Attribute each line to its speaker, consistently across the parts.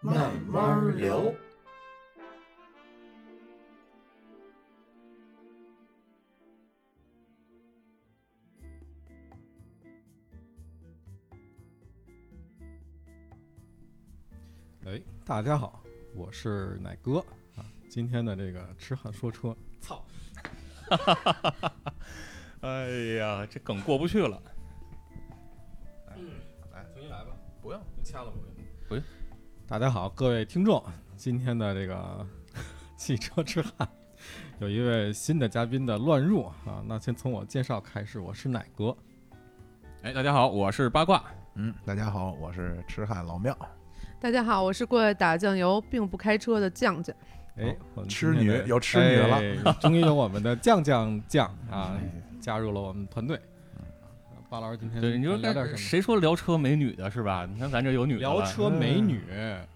Speaker 1: 慢慢聊。
Speaker 2: 哎，大家好，我是奶哥啊。今天的这个痴汉说车，操，
Speaker 3: 哎呀，这梗过不去了。
Speaker 2: 来重新来吧，哎不用，就掐了不用，
Speaker 3: 不用。
Speaker 2: 大家好，各位听众，今天的这个 汽车痴汉有一位新的嘉宾的乱入啊。那先从我介绍开始，我是奶哥。
Speaker 3: 哎，大家好，我是八卦。
Speaker 4: 嗯，大家好，我是痴汉老庙，
Speaker 5: 大家好，我是过来打酱油并不开车的酱酱。
Speaker 3: 哦
Speaker 2: 哎，我们
Speaker 4: 痴
Speaker 2: 今天
Speaker 4: 女
Speaker 2: 的
Speaker 4: 有痴女了
Speaker 2: 哎 终于有我们的酱酱酱啊
Speaker 3: 哎
Speaker 2: 加入了我们团队。巴老师今天
Speaker 3: 对，你说
Speaker 2: 嗯聊点什么？
Speaker 3: 谁说聊车没女的是吧？你看咱这有女的了
Speaker 2: 聊车美女，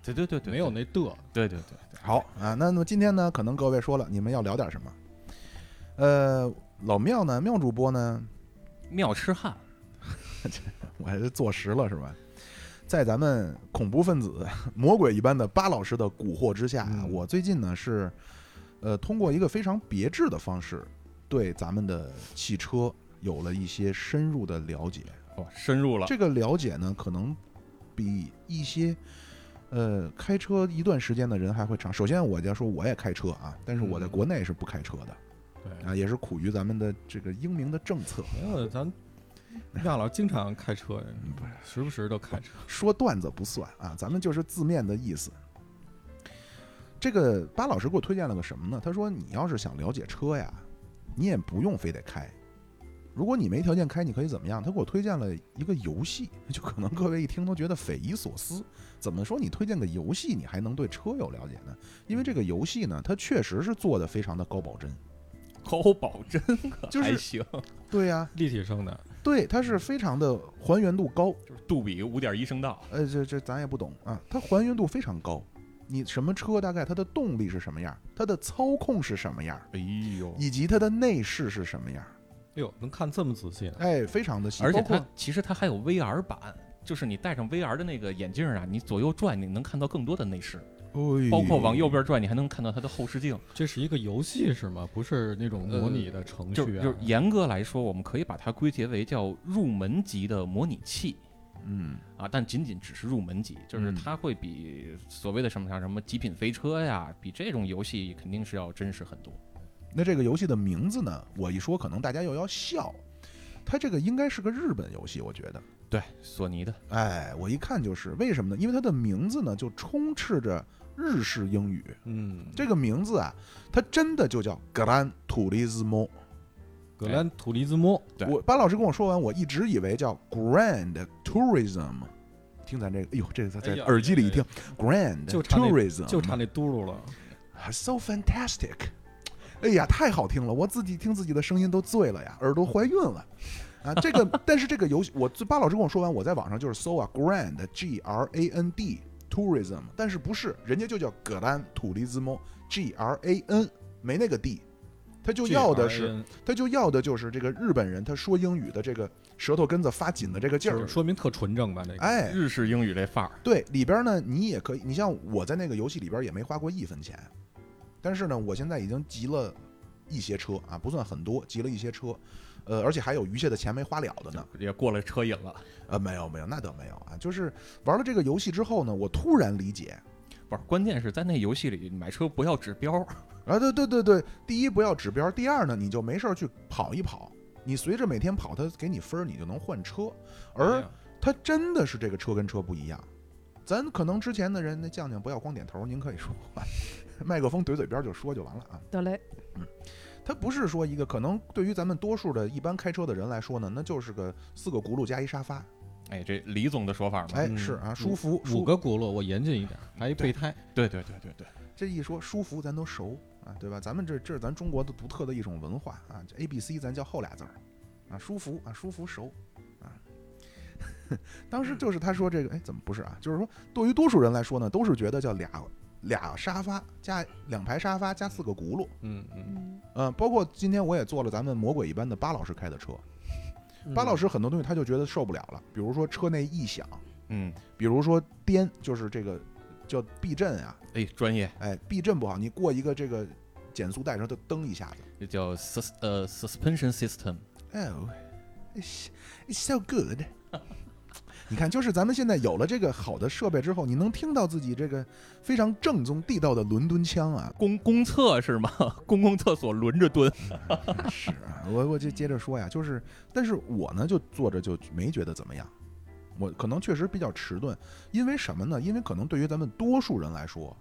Speaker 3: 对对对对，
Speaker 2: 没有那的。
Speaker 3: 对对对，
Speaker 4: 好啊，那么今天呢，可能各位说了，你们要聊点什么？呃，老庙呢，庙主播呢，
Speaker 3: 妙痴汉，
Speaker 4: 我还是坐实了是吧？在咱们恐怖分子、 魔鬼一般的巴老师的蛊惑之下啊，
Speaker 2: 嗯
Speaker 4: 我最近呢是，呃，通过一个非常别致的方式，对咱们的汽车有了一些深入的了解。
Speaker 3: 哦，深入了。
Speaker 4: 这个了解呢，可能比一些呃开车一段时间的人还会长。首先，我要说我也开车啊，但是我在
Speaker 2: 嗯
Speaker 4: 国内是不开车的、
Speaker 2: 对，
Speaker 4: 啊，也是苦于咱们的这个英明的政策。
Speaker 2: 没有咱亚老经常开车，
Speaker 3: 嗯
Speaker 4: 不是
Speaker 2: 时不时都开车。
Speaker 4: 说段子不算啊，咱们就是字面的意思。这个巴老师给我推荐了个什么呢？他说你要是想了解车呀，你也不用非得开。如果你没条件开，你可以怎么样？他给我推荐了一个游戏， 就可能各位一听都觉得匪夷所思。怎么说你推荐个游戏，你还能对车有了解呢？因为这个游戏呢，它确实是做的非常的高 保真。
Speaker 3: 高保真可
Speaker 4: 就是
Speaker 3: 还行，
Speaker 4: 对呀、
Speaker 2: 立体声的，
Speaker 4: 对，它是非常的还原度高，
Speaker 3: 就是杜比五点一声道。
Speaker 4: 呃，这这咱也不懂啊，它还原度非常高。你什么车大概它的动力是什么样，它的操控是什么样，
Speaker 3: 哎呦，
Speaker 4: 以及它的内饰是什么样，
Speaker 2: 哎呦，能看这么仔细呢？啊
Speaker 4: 哎，非常的细。
Speaker 3: 而且
Speaker 4: 包括
Speaker 3: 它其实它还有 VR 版，就是你戴上 VR 的那个眼镜啊，你左右转，你能看到更多的内饰，
Speaker 4: 哎
Speaker 3: 包括往右，边转，你还能看到它的后视镜。
Speaker 2: 这是一个游戏是吗？不是那种模拟的程序、
Speaker 3: 就
Speaker 2: 啊
Speaker 3: 是呃就是严格来说，我们可以把它归结为叫入门级的模拟器
Speaker 4: 嗯，
Speaker 3: 啊，但仅仅只是入门级，就是
Speaker 4: 嗯
Speaker 3: 它会比所谓的什么像什么极品飞车呀，比这种游戏肯定是要真实很多。
Speaker 4: 那这个游戏的名字呢，我一说可能大家又要笑。它这个应该是个日本游戏，我觉得。
Speaker 3: 对，索尼的，
Speaker 4: 哎，我一看就是为什么呢？因为它的名字呢就充斥着日式英语。
Speaker 2: 嗯，
Speaker 4: 这个名字啊，它真的就叫 Gran Turismo。
Speaker 2: 格兰图利兹莫，
Speaker 3: 对
Speaker 4: 我班老师跟我说完，我一直以为叫 Grand Tourism。听咱这个，哎呦，这个
Speaker 2: 哎
Speaker 4: 在
Speaker 2: 呀
Speaker 4: 耳机里一听、Grand
Speaker 2: 就差那
Speaker 4: Tourism，啊
Speaker 2: 就差那嘟噜了。
Speaker 4: so fantastic。哎呀，太好听了！我自己听自己的声音都醉了呀，耳朵怀孕了啊！这个，但是这个游戏，我巴老师跟我说完，我在网上就是搜啊，Grand G R A N D Tourism，但是不是人家就叫葛兰土利兹莫 G R A N，没那个 D，他就要的是
Speaker 2: GRN
Speaker 4: 他就要的就是这个日本人他说英语的这个舌头根子发紧的这个劲
Speaker 2: 就是
Speaker 4: 儿。
Speaker 2: 说明特纯正吧？这个，
Speaker 4: 哎，
Speaker 3: 日式英语这范儿，
Speaker 4: 对，里边呢你也可以，你像我在那个游戏里边也没花过一分钱，但是呢，我现在已经集了一些车啊，不算很多，集了一些车，呃，而且还有余下的钱没花了的呢。
Speaker 3: 也过了车瘾了。
Speaker 4: 呃，没有没有，那倒没有啊，就是玩了这个游戏之后呢，我突然理解。
Speaker 3: 不是，关键是在那游戏里买车不要指标，
Speaker 4: 啊，对对对对，第一不要指标，第二呢，你就没事儿去跑一跑，你随着每天跑，它给你分儿，你就能换车，
Speaker 2: 哎
Speaker 4: 而它真的是这个车跟车不一样。咱可能之前的人，那酱酱不要光点头，您可以说话，麦克风怼嘴边就说就完了啊。
Speaker 5: 得嘞，
Speaker 4: 它不是说一个可能对于咱们多数的一般开车的人来说呢，那就是个四个轱辘加一沙发，
Speaker 3: 哎，这李总的说法嘛，
Speaker 4: 哎，
Speaker 2: 嗯
Speaker 4: 是啊，舒服，舒
Speaker 2: 五个轱辘我严谨一点，还一备胎，
Speaker 3: 对对对对对，
Speaker 4: 这一说舒服，咱都熟啊，对吧？咱们这这是咱中国的独特的一种文化啊这，A B C 咱叫后俩字儿啊，舒服啊，舒服熟啊。 当时就是他说这个，哎，怎么不是啊？就是说，对于多数人来说呢，都是觉得叫俩俩沙发加两排沙发加四个轱辘，
Speaker 2: 嗯嗯，
Speaker 5: 嗯，
Speaker 4: 嗯、包括今天我也坐了咱们魔鬼一般的巴老师开的车，
Speaker 2: 嗯
Speaker 4: 巴老师很多东西他就觉得受不了了，比如说车内异响，
Speaker 3: 嗯，
Speaker 4: 比如说颠，就是这个叫避震啊，
Speaker 3: 哎，专业
Speaker 4: 哎，避震不好，你过一个这个减速带的时候，它蹬一下子，
Speaker 3: 这叫 sus 呃 suspension system，
Speaker 4: 哎呦，it's it's so good 。 你看，就是咱们现在有了这个好的设备之后，你能听到自己这个非常正宗地道的伦敦腔啊！
Speaker 3: 公公厕是吗？ 公共厕所轮着蹲，
Speaker 4: 是啊，我我就接着说呀，就是，但是我呢就坐着就没觉得怎么样，我可能确实比较迟钝，因为什么呢？因为可能对于咱们多数人来说，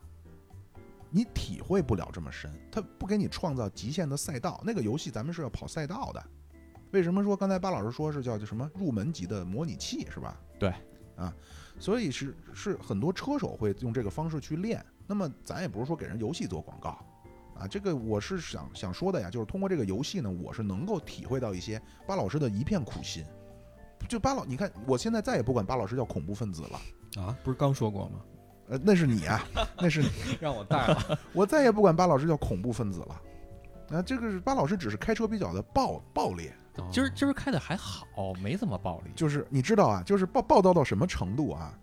Speaker 4: 你体会不了这么深，他不给你创造极限的赛道。那个游戏咱们是要跑赛道的，为什么说刚才巴老师说是叫叫什么入门级的模拟器是吧？
Speaker 3: 对，
Speaker 4: 啊，所以是是很多车手会用这个方式去练。那么咱也不是说给人游戏做广告。啊，这个我是想想说的呀，就是通过这个游戏呢，我是能够体会到一些巴老师的一片苦心。就巴老，你看，我现在再也不管巴老师叫恐怖分子了，
Speaker 2: 啊，不是刚说过吗？
Speaker 4: 呃，那是你啊，那是你，
Speaker 2: 让我 带了，
Speaker 4: 我再也不管巴老师叫恐怖分子了。啊，这个是巴老师只是开车比较的暴暴烈，
Speaker 2: 哦
Speaker 3: 今儿今儿开的还好，没怎么暴力，
Speaker 4: 就是你知道啊，就是暴暴躁到什么程度啊？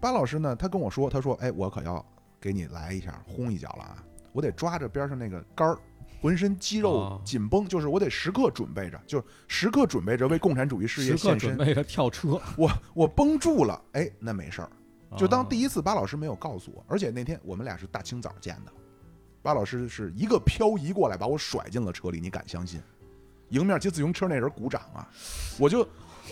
Speaker 4: 巴老师呢，他跟我说，他说，哎，我可要给你来一下，轰一脚了啊！我得抓着边上那个杆儿，浑身肌肉
Speaker 2: 哦
Speaker 4: 紧绷，就是我得时刻准备着，就是时刻准备着为共产主义事业
Speaker 2: 时刻
Speaker 4: 献
Speaker 2: 准
Speaker 4: 身。
Speaker 2: 备着跳车，
Speaker 4: 我我绷住了，哎，那没事儿。就当第
Speaker 2: 一，
Speaker 4: 一次巴老师没有告诉我，而且那天我们俩是大清早见的，巴老师是一个漂移过来把我甩进了车里，你敢相信？迎面骑自行车那人鼓掌啊，我就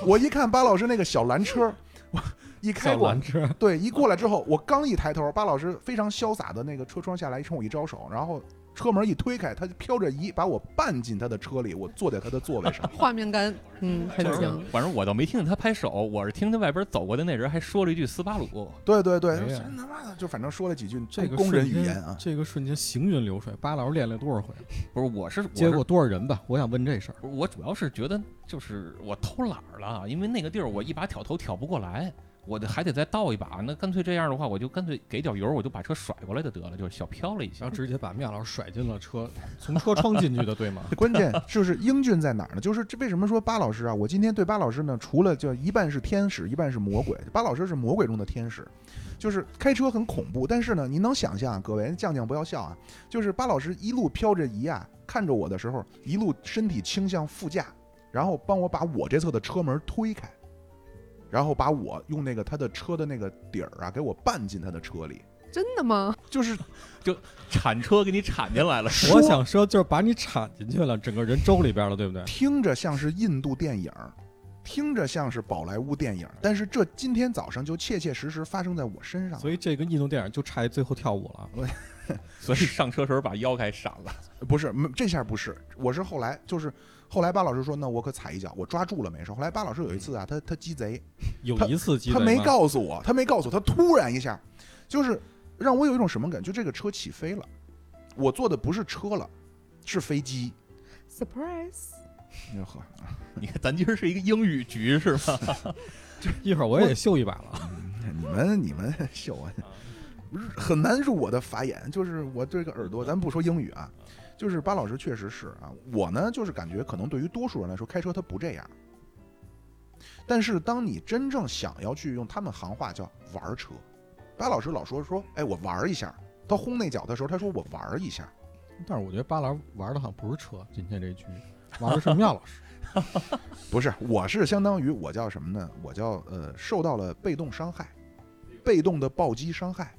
Speaker 4: 我一看巴老师那个小蓝车， 我一开
Speaker 2: 小
Speaker 4: 过
Speaker 2: 蓝，车，
Speaker 4: 对，一过来之后，我刚一抬头，巴老师非常潇洒的那个车窗下来冲我一招手，然后车门一推开，他就飘着移把我绊进他的车里，我坐在他的座 位
Speaker 2: 哎
Speaker 4: 上。
Speaker 5: 画面感，嗯，很强。
Speaker 3: 反正我倒没听见他拍手，我是听他外边走过的那人还说了一句斯巴鲁，
Speaker 4: 对对对，
Speaker 2: 哎呀
Speaker 4: 他妈的，就反正说了几句
Speaker 2: 这个
Speaker 4: 工人语
Speaker 2: 瞬间
Speaker 4: 言啊。
Speaker 2: 这个瞬间行云流水，巴老师练了多少回，
Speaker 3: 不是，我是我
Speaker 2: 接
Speaker 3: 是
Speaker 2: 过多少人吧？我想问这事儿，
Speaker 3: 不是我主要是觉得就是我偷懒儿了，因为那个地儿我一把挑头挑不过来，我得还得再倒一把。那干脆这样的话，我就干脆给点油，我就把车甩过来就得了，就是小飘了一
Speaker 2: 然
Speaker 3: 下
Speaker 2: 后。直接把妙老师甩进了车，从车窗进去的，对吗？
Speaker 4: 关键就是英俊在哪儿呢？就是这为什么说巴老师啊？我今天对巴老师呢，除了叫一半是天使，一半是魔鬼。巴老师是魔鬼中的天使，就是开车很恐怖，但是呢，您能想象啊，各位酱酱不要笑啊，就是巴老师一路飘着移啊，看着我的时候，一路身体倾向副驾，然后帮我把我这侧的车门推开，然后把我用那个他的车的那个底儿啊，给我绊进他的车里，
Speaker 5: 真的吗？
Speaker 4: 就是
Speaker 3: 铲车给你铲进来了，
Speaker 2: 我
Speaker 4: 说
Speaker 2: 想说，就是把你铲进去了，整个人周里边了，对不对？
Speaker 4: 听着像是印度电影儿，听着像是宝莱坞电影儿，但是这今天早上就切切实实发生在我身上。
Speaker 2: 所以这个印度电影就差一最后跳舞了。
Speaker 3: 所以上车时候把腰给闪了。
Speaker 4: 呃不是，没这下不是，我是后来就是后来巴老师说，那我可踩一脚，我抓住了没事。后来巴老师有一次啊，他他鸡贼，
Speaker 2: 有一次嗯鸡
Speaker 4: 他
Speaker 2: 贼
Speaker 4: 没
Speaker 2: 吗，
Speaker 4: 告诉我，他没告诉我，他突然一下，就是让我有一种什么感觉，就这个车起飞了，我坐的不是车了，是飞机。
Speaker 5: surprise，
Speaker 4: 呵，
Speaker 3: 你看，咱今儿是一个英语局是吧？
Speaker 2: 一会儿我也秀一把了。
Speaker 4: 你们你们 秀啊，不是很难入我的法眼，就是我这个耳朵，咱不说英语啊，就是巴老师确实是啊，我呢就是感觉可能对于多数人来说，开车他不这样，但是当你真正想要去用他们行话叫玩儿车，巴老师老说说，哎，我玩儿一下，他轰那脚的时候，他说我玩儿一下，
Speaker 2: 但是我觉得巴老师玩的好像不是车，今天这局玩的是妙老 师。
Speaker 4: 不是，我是相当于我叫什么呢？我叫呃，受到了被动伤害，被动的暴击伤害。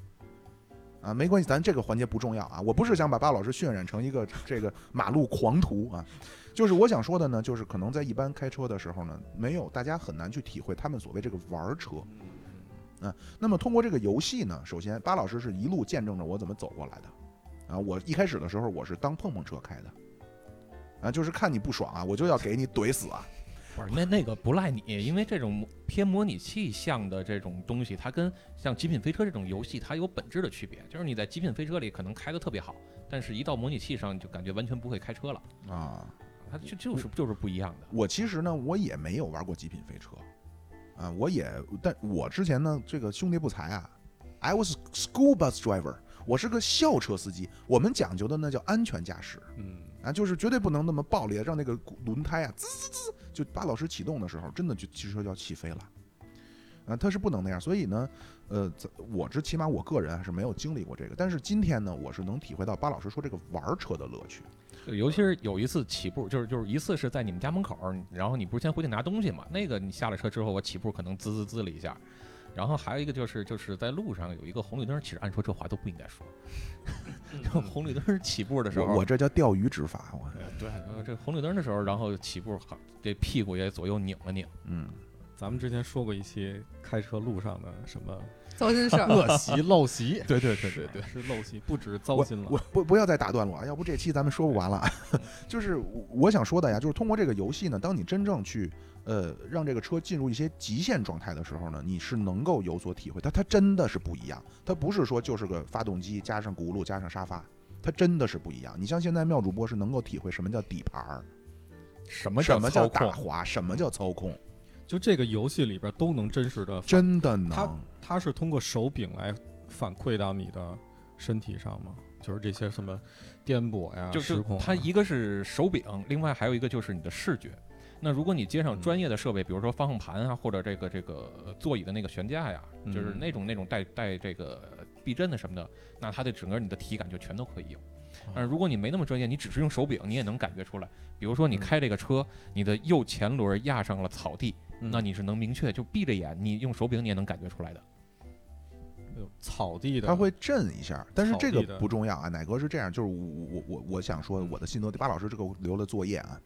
Speaker 4: 啊，没关系，咱这个环节不重要啊。我不是想把巴老师渲染成一个这个马路狂徒啊，就是我想说的呢，就是可能在一般开车的时候呢，没有大家很难去体会他们所谓这个玩儿车。啊，那么通过这个游戏呢，首先巴老师是一路见证着我怎么走过来的。啊，我一开始的时候我是当碰碰车开的，啊，就是看你不爽啊，我就要给你怼死啊。
Speaker 3: 不是那那个不赖你，因为这种模偏模拟器像的这种东西，它跟像《极品飞车》这种游戏它有本质的区别，就是你在《极品飞车》里可能开的特别好，但是一到模拟器上你就感觉完全不会开车了，
Speaker 4: 啊。
Speaker 3: 它就就是就是不一样的。
Speaker 4: 我其实呢，我也没有玩过极品飞车，啊，我也，但我之前呢，这个兄弟不才啊，I was school bus driver，我是个校车司机，我们讲究的那叫安全驾驶
Speaker 2: 嗯，
Speaker 4: 啊，就是绝对不能那么暴力的，让那个轮胎啊滋滋滋，就巴老师启动的时候，真的就汽车就要起飞了。啊，它是不能那样，所以呢，呃，咱我这起码我个人啊还是没有经历过这个，但是今天呢，我是能体会到巴老师说这个玩车的乐趣。
Speaker 3: 尤其是有一次起步，就是就是一次是在你们家门口儿，然后你不是先回去拿东西嘛？那个你下了车之后，我起步可能滋滋滋了一下，然后还有一个就是就是在路上有一个红绿灯，其实按说这话都不应该说。 然后红绿灯起步的时候，
Speaker 4: 我我这叫钓鱼执法，我
Speaker 3: 对呃这红绿灯的时候，然后起步好这屁股也左右拧了拧，
Speaker 4: 嗯。
Speaker 2: 咱们之前说过一期开车路上的什么
Speaker 5: 糟心事 儿。
Speaker 2: 恶习、陋 习，
Speaker 4: 对对对对对
Speaker 2: 是陋习，不止糟心了。
Speaker 4: 我我不不要再打断我，啊要不这期咱们说不完了。 就是我我想说的呀，就是通过这个游戏呢，当你真正去呃让这个车进入一些极限状态的时候呢，你是能够有所体会，它它真的是不一样，它不是说就是个发动机加上轱辘加上沙发。它真的是不一样。你像现在妙主播是能够体会什么叫底盘儿，
Speaker 3: 什么
Speaker 4: 什么叫
Speaker 3: 操
Speaker 4: 打
Speaker 3: 控？
Speaker 4: 滑，什么叫操控，
Speaker 2: 就这个游戏里边都能真实的，
Speaker 4: 真的
Speaker 2: 它
Speaker 4: 能。
Speaker 2: 它是通过手柄来反馈到你的身体上吗？就是这些什么颠簸呀、
Speaker 3: 就
Speaker 2: 失
Speaker 3: 是
Speaker 2: 控啊。
Speaker 3: 它一个是手柄，另外还有一个就是你的视觉。那如果你接
Speaker 2: 嗯
Speaker 3: 上专业的设备，比如说方向盘啊，或者这个这个呃座椅的那个悬架呀，
Speaker 2: 嗯
Speaker 3: 就是那种那种带带这个避震的什么的，那它的整个你的体感就全都可以有。
Speaker 2: 啊
Speaker 3: 但是如果你没那么专业，你只是用手柄，你也能感觉出来。比如
Speaker 2: 嗯
Speaker 3: 说你开这个车，你的右前轮压上了草地，
Speaker 2: 嗯
Speaker 3: 那你是能明确就闭着眼，你用手柄你也能感觉出来的。
Speaker 2: 哎呦草地的，
Speaker 4: 它会震一下，但是
Speaker 2: 草
Speaker 4: 这个
Speaker 2: 地的
Speaker 4: 不重要啊。奶哥是这样，就是我我我我想说，我的心得，巴老师这个留了作业啊，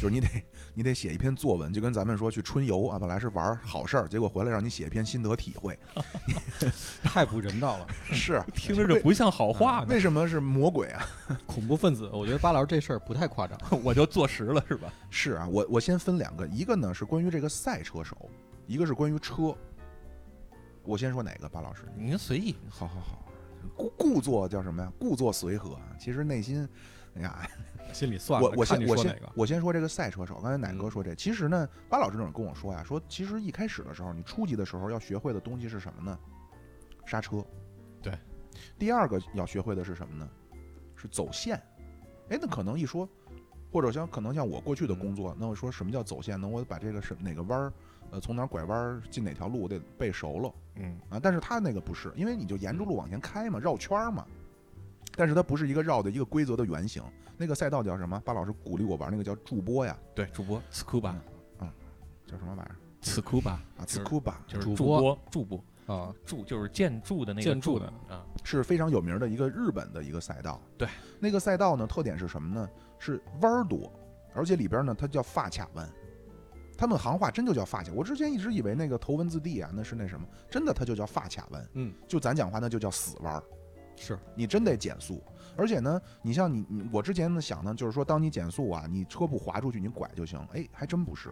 Speaker 4: 就是你得 你得写一篇作文，就跟咱们说去春游啊，本来是玩儿好事儿，结果回来让你写一篇心得体 会，
Speaker 2: 太不 人道了，
Speaker 4: 是啊
Speaker 3: 听着这不像好话 呢，
Speaker 4: 为什么是魔鬼啊？
Speaker 2: 恐怖分子。我觉得巴老师这事儿不太夸张。
Speaker 3: 我就坐实了是吧？
Speaker 4: 是啊，我我先分两个，一个呢是关于这个赛车手，一个是关于车。我先说哪个？巴老师，
Speaker 3: 您随意，
Speaker 4: 好好好，故故作叫什么呀？故作随和，啊其实内心，哎呀，
Speaker 2: 心里算了，
Speaker 4: 我我
Speaker 2: 看
Speaker 4: 先
Speaker 2: 你
Speaker 4: 我
Speaker 2: 说哪
Speaker 4: 先
Speaker 2: 个？嗯
Speaker 4: 我先说这个赛车手，刚才奶哥说这，其实呢，巴老师总是跟我说呀，说其实一开始的时候，你初级的时候要学会的东西是什么呢？刹车。
Speaker 3: 对。
Speaker 4: 第二个要学会的是什么呢？是走线。哎，那可能一说，或者像可能像我过
Speaker 2: 嗯
Speaker 4: 去的工作，那我说什么叫走线呢？我把这个是哪个弯儿，呃，从哪儿拐弯儿进哪条路，我得背熟了。
Speaker 3: 嗯，
Speaker 4: 啊，但是他那个不是，因为你就沿
Speaker 2: 嗯
Speaker 4: 着路往前开嘛，绕圈儿嘛。但是它不是一个绕的一个规则的圆形，那个赛道叫什么？巴老师鼓励我玩那个叫驻波呀，
Speaker 3: 对，主播此库吧，
Speaker 2: 嗯
Speaker 4: 叫什么玩意儿
Speaker 3: 此库吧，
Speaker 4: 啊？
Speaker 3: 就是
Speaker 4: 刺库吧
Speaker 3: 就是
Speaker 2: 主
Speaker 3: 驻
Speaker 2: 播
Speaker 3: 播驻播
Speaker 2: 啊，
Speaker 3: 驻就是建筑的那个
Speaker 2: 建筑的
Speaker 3: 啊，
Speaker 4: 是非常有名的一个日本的一个赛道。
Speaker 3: 对，
Speaker 4: 那个赛道呢，特点是什么呢？是弯儿多，而且里边呢，它叫发卡弯。他们行话真就叫发卡，我之前一直以为那个头文字 D 啊，那是那什么，真的它就叫发卡弯。
Speaker 2: 嗯，
Speaker 4: 就咱讲话那就叫死弯儿。
Speaker 2: 是
Speaker 4: 你真得减速。而且呢，你像你你我之前呢想呢，就是说，当你减速啊，你车不滑出去，你拐就行。哎，还真不是，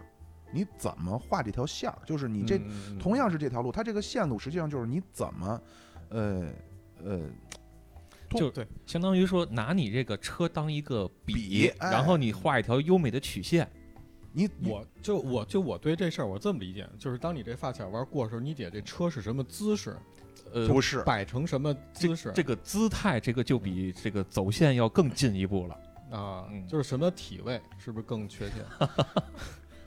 Speaker 4: 你怎么画这条线儿？就是你这、
Speaker 2: 嗯
Speaker 4: 同样是这条路，它这个线路实际上就是你怎么，呃呃，
Speaker 3: 就
Speaker 2: 对，
Speaker 3: 相当于说拿你这个车当一个笔，
Speaker 4: 笔哎
Speaker 3: 然后你画一条优美的曲线，
Speaker 4: 你你
Speaker 2: 我就我就我对这事儿我这么理解，就是当你这发卡弯过的时候，你姐这车是什么姿势，
Speaker 3: 呃，
Speaker 4: 不是
Speaker 2: 摆成什么姿势
Speaker 3: 这个姿嗯态，这个就比这个走线要更进一步了。
Speaker 2: 啊
Speaker 3: 嗯，
Speaker 2: 就是什么体位，是不是更确 切？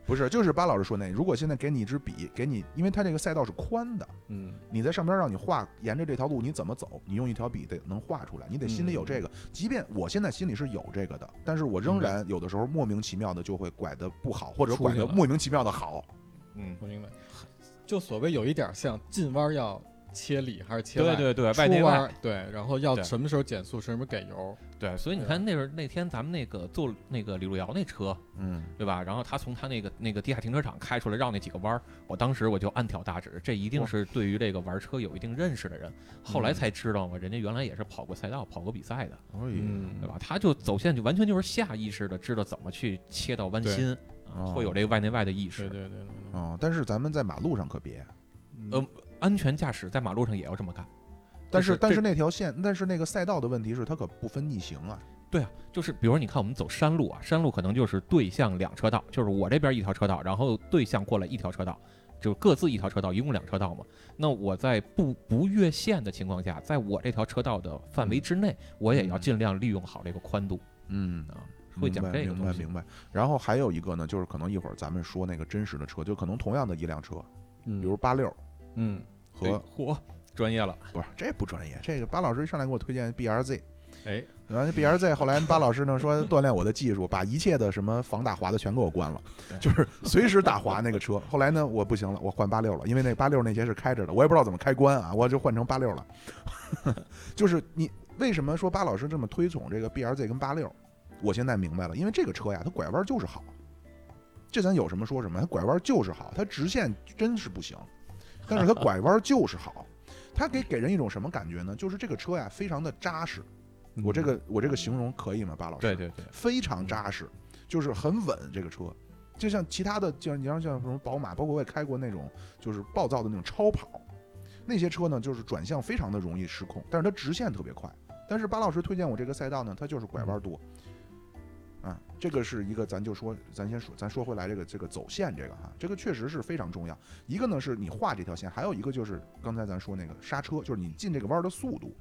Speaker 4: 不是，就是巴老师说那，如果现在给你一支笔，给你，因为它这个赛道是宽的，
Speaker 2: 嗯，
Speaker 4: 你在上边让你画，沿着这条路你怎么走，你用一条笔得能画出来，你得心里有这
Speaker 2: 嗯
Speaker 4: 个。即便我现在心里是有这个的，但是我仍然有的时候莫名其妙的就会拐的不好，或者
Speaker 2: 出去
Speaker 4: 拐的
Speaker 2: 了
Speaker 4: 莫名其妙的好。
Speaker 3: 嗯，
Speaker 2: 我明白。就所谓有一点像进弯要切里还是切
Speaker 3: 对
Speaker 2: 外，
Speaker 3: 对对，
Speaker 2: 出
Speaker 3: 外内
Speaker 2: 弯
Speaker 3: 外
Speaker 2: 儿对，然后要
Speaker 3: 对
Speaker 2: 什么时候减速，什么时候给油，
Speaker 3: 对，所以你看那时候那天咱们那个坐那个李路遥那车，
Speaker 4: 嗯，
Speaker 3: 对吧？然后他从他那个那个地下停车场开出来绕那几个弯儿，我当时我就暗挑大指，这一定是对于这个玩车有一定认识的人。后
Speaker 2: 嗯
Speaker 3: 来才知道嘛，人家原来也是跑过赛道、跑过比赛的，
Speaker 4: 哎
Speaker 2: 嗯
Speaker 3: 对吧？他就走线就完全就是下意识的知道怎么去切到弯心啊，
Speaker 4: 哦
Speaker 3: 会有这个外内外的意
Speaker 2: 对
Speaker 3: 识。
Speaker 2: 对对对对，
Speaker 4: 哦，但是咱们在马路上可别。
Speaker 2: 嗯
Speaker 3: 呃，安全驾驶在马路上也要这么干。
Speaker 4: 但是
Speaker 3: 这
Speaker 4: 但
Speaker 3: 这
Speaker 4: 是那条线，但是那个赛道的问题是它可不分逆行啊。
Speaker 3: 对啊，就是比如说你看我们走山路啊，山路可能就是对向两车道，就是我这边一条车道，然后对向过来一条车道，就各自一条车道，一共两车道嘛。那我在不不越线的情况下，在我这条车道的范围之内，我也要尽量利用好这个宽度。
Speaker 4: 嗯
Speaker 3: 啊会讲这个
Speaker 4: 明白
Speaker 3: 东西
Speaker 4: 明白。然后还有一个呢，就是可能一会儿咱们说那个真实的车，就可能同样的一辆车，
Speaker 2: 嗯
Speaker 4: 比如八六
Speaker 2: 嗯，
Speaker 3: 对
Speaker 4: 和
Speaker 3: 哎嚯，专业了，
Speaker 4: 不是这不专业，这个巴老师一上来给我推荐 BRZ，
Speaker 2: 哎，
Speaker 4: 然后 BRZ 后来巴老师呢说锻炼我的技术，把一切的什么防打滑的全给我关了，就是随时打滑那个车。后来呢我不行了，我换八六了，因为那八六那些是开着的，我也不知道怎么开关啊，我就换成八六了。 就是你为什么说巴老师这么推崇这个 BRZ 跟八六？我现在明白了，因为这个车呀，它拐弯就是好，这咱有什么说什么，它拐弯就是好，它直线真是不行，但是它拐弯就是好。它给给人一种什么感觉呢？就是这个车呀，非常的扎实。我这个我这个形容可以吗，巴老师？
Speaker 3: 嗯对，对对，
Speaker 4: 非常扎实，就是很稳这个车。就像其他的，像你像像什么宝马，包括我也开过那种就是暴躁的那种超跑，那些车呢，就是转向非常的容易失控，但是它直线特别快。但是巴老师推荐我这个赛道呢，它就是拐弯多。啊，这个是一个，咱就说，咱先说，咱说回来这个这个走线这个哈，这个确实是非常重要。一个呢是你画这条线，还有一个就是刚才咱说那个刹车，就是你进这个弯儿的速度，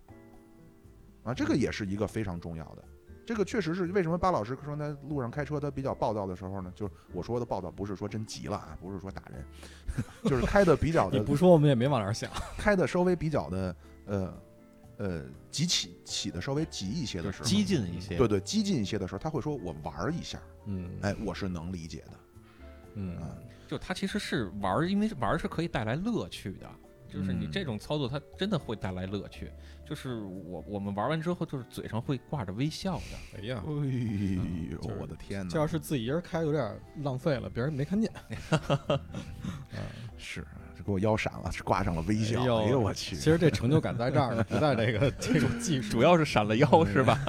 Speaker 4: 啊，这个也是一个非常重要的。这个确实是为什么巴老师说他路上开车他比较暴躁的时候呢？就是我说的暴躁，不是说真急了啊，不是说打人， 就是开的比较
Speaker 2: 你
Speaker 4: 的
Speaker 2: 不说我们也没往哪儿想，
Speaker 4: 开的稍微比较的呃呃急起起的稍微急一些的时候，
Speaker 3: 激进一些。
Speaker 4: 对对激进一些的时候，他会说我玩儿一下，
Speaker 2: 嗯
Speaker 4: 哎，我是能理解的。
Speaker 2: 嗯
Speaker 4: 啊
Speaker 3: 就它其实是玩儿，因为玩儿是可以带来乐趣的。就是你
Speaker 4: 嗯
Speaker 3: 这种操作，它真的会带来乐趣。就是我我们玩完之后，就是嘴上会挂着微笑的。
Speaker 2: 哎呀
Speaker 4: 哎。呦，
Speaker 2: 就是
Speaker 4: 我的天
Speaker 2: 这
Speaker 4: 哪！
Speaker 2: 要是自己一人开，有点浪费了，别人没看见。
Speaker 4: 是这给我腰闪了，挂上了微笑。
Speaker 2: 哎呦
Speaker 4: 哎呦我去！
Speaker 2: 其实这成就感在这儿呢， 不在这个这种技术。
Speaker 3: 要是闪了
Speaker 2: 嗯
Speaker 3: 腰是吧？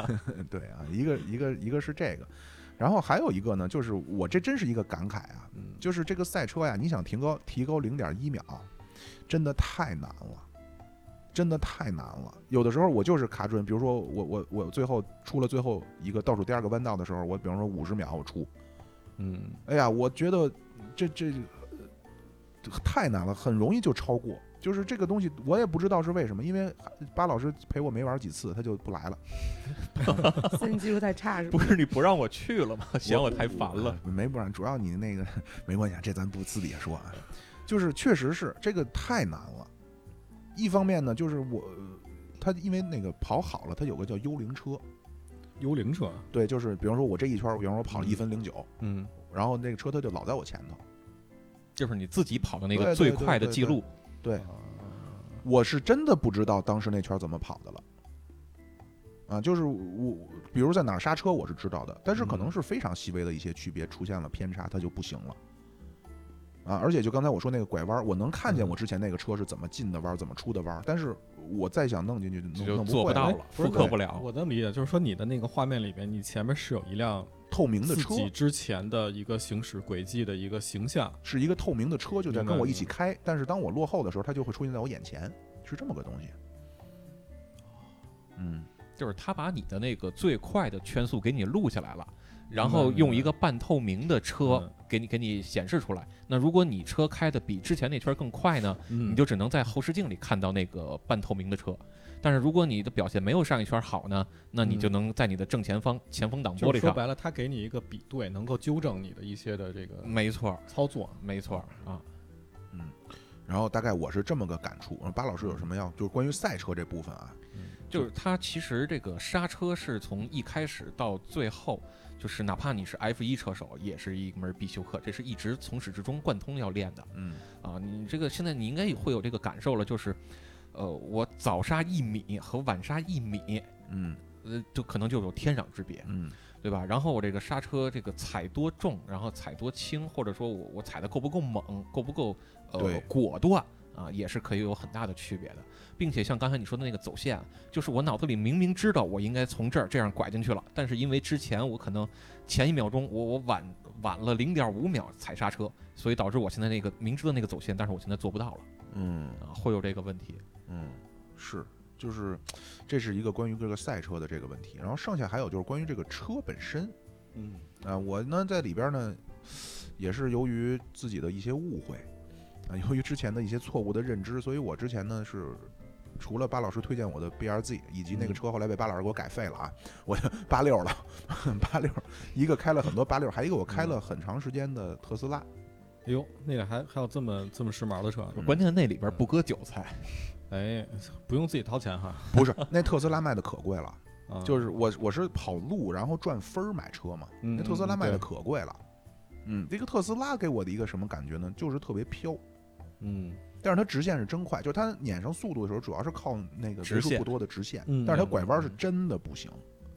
Speaker 4: 对啊，一个一个一个是这个，然后还有一个呢，就是我这真是一个感慨啊，
Speaker 2: 嗯
Speaker 4: 就是这个赛车呀，你想提高提高零点一秒，真的太难了。真的太难了，有的时候我就是卡准，比如说我我我最后出了最后一个倒数第二个弯道的时候，我比方说五十秒我出，
Speaker 2: 嗯，
Speaker 4: 哎呀，我觉得这这这太难了，很容易就超过。就是这个东西，我也不知道是为什么，因为巴老师陪我没玩几次，他就不来了。
Speaker 5: 心理技术太差是吧？
Speaker 3: 不是你不让我去了吗？嫌我太烦了。
Speaker 4: 我。哎没不然，主要你那个没关系，啊，这咱不私底下说啊。就是确实是这个太难了。一方面呢，就是我他因为那个跑好了，他有个叫幽灵车，
Speaker 2: 幽灵车，
Speaker 4: 对，就是比方说我这一圈儿，比方说我跑了一分零九，
Speaker 2: 嗯，
Speaker 4: 然后那个车它就老在我前头。
Speaker 3: 就是你自己跑的那
Speaker 4: 对
Speaker 3: 个
Speaker 4: 对
Speaker 3: 最
Speaker 4: 对
Speaker 3: 快的
Speaker 4: 对
Speaker 3: 记
Speaker 4: 对
Speaker 3: 录，
Speaker 4: 对，我是真的不知道当时那圈儿怎么跑的了。啊，就是我，比如在哪儿刹车，我是知道的，但是可
Speaker 3: 嗯
Speaker 4: 能是非常细微的一些区别出现了偏差，它就不行了。啊，而且就刚才我说那个拐弯儿，我能看
Speaker 3: 嗯
Speaker 4: 见我之前那个车是怎么进的弯儿，怎么出的弯儿，但是我再想弄进去，
Speaker 3: 你
Speaker 4: 弄
Speaker 3: 就
Speaker 4: 弄
Speaker 3: 做
Speaker 4: 不
Speaker 3: 不
Speaker 4: 会
Speaker 3: 到
Speaker 4: 哎
Speaker 3: 了，
Speaker 2: 不是
Speaker 3: 复刻不了。
Speaker 2: 我的理解就是说，你的那个画面里面，你前面是有一辆
Speaker 4: 透明的
Speaker 2: 自
Speaker 4: 车
Speaker 2: 己之前的一个行驶轨迹的一个形象，
Speaker 4: 是一个透明的车，就在
Speaker 2: 明白
Speaker 4: 跟我一
Speaker 2: 明
Speaker 4: 起
Speaker 2: 白
Speaker 4: 开，但是当我落后的时候，它就会出现在我眼前，是这么个东西。嗯，
Speaker 3: 就是他把你的那个最快的圈速给你录下来了，然
Speaker 2: 明白
Speaker 3: 后
Speaker 2: 明
Speaker 3: 用
Speaker 2: 白
Speaker 3: 一个半透明的车
Speaker 2: 嗯
Speaker 3: 给你给你显示出来。那如果你车开的比之前那圈更快呢，
Speaker 2: 嗯
Speaker 3: 你就只能在后视镜里看到那个半透明的车。但是如果你的表现没有上一圈好呢，那你就
Speaker 2: 嗯
Speaker 3: 能在你的正前方前风挡玻
Speaker 2: 就是
Speaker 3: 璃
Speaker 2: 说
Speaker 3: 上。
Speaker 2: 白了，他给你一个比对，能够纠正你的一些的这个
Speaker 3: 没错儿，
Speaker 2: 操作。
Speaker 3: 没错儿啊，
Speaker 4: 然后大概我是这么个感触。呃巴老师有什么要就是关于赛车这部分啊？
Speaker 3: 就是它其实这个刹车是从一开始到最后，就是哪怕你是 F 一车手，也是一门必修课，这是一直从始至终贯通要练的。
Speaker 4: 嗯，
Speaker 3: 啊，你这个现在你应该也会有这个感受了，就是，呃，我早刹一米和晚刹一米，
Speaker 4: 嗯
Speaker 3: 呃，就可能就有天壤之别，
Speaker 4: 嗯
Speaker 3: 对吧？然后我这个刹车这个踩多重，然后踩多轻，或者说我我踩的够不够猛，够不够呃
Speaker 4: 对
Speaker 3: 果断啊，也是可以有很大的区别的，并且像刚才你说的那个走线，啊就是我脑子里明明知道我应该从这儿这样拐进去了，但是因为之前我可能前一秒钟我我晚晚了零点五秒踩刹车，所以导致我现在那个明知道那个走线，但是我现在做不到了
Speaker 4: 嗯
Speaker 3: 啊，会有这个问题。
Speaker 4: 嗯，是，就是这是一个关于这个赛车的这个问题，然后剩下还有就是关于这个车本身，
Speaker 2: 嗯，
Speaker 4: 啊，我呢在里边呢，也是由于自己的一些误会，啊，由于之前的一些错误的认知，所以我之前呢是除了巴老师推荐我的 BRZ 以及那个
Speaker 2: 嗯
Speaker 4: 车后来被巴老师给我改废了啊，我就八六了， 八六一个开了很多八六，还一个我开
Speaker 2: 嗯
Speaker 4: 了很长时间的特 斯拉，
Speaker 2: 哎呦，那个还还有这么这么时髦的车，
Speaker 4: 嗯
Speaker 3: 关键那里边不割韭菜，
Speaker 2: 哎，不用自己掏钱哈，
Speaker 4: 不是那特斯拉卖的可贵了，
Speaker 2: 啊，
Speaker 4: 就是我我是跑路然后赚分儿买车嘛，
Speaker 2: 嗯
Speaker 4: 那特斯拉
Speaker 2: 嗯
Speaker 4: 卖的
Speaker 2: 对
Speaker 4: 可贵了，嗯，这个特斯拉给我的一个什么感觉呢？就是特别飘。
Speaker 2: 嗯
Speaker 4: 但是它直线是真快，就是它撵上速度的时候，主要是靠那个为
Speaker 3: 直
Speaker 4: 数
Speaker 3: 线
Speaker 4: 不多的直线，
Speaker 2: 嗯
Speaker 4: 但是它拐弯是真的不行。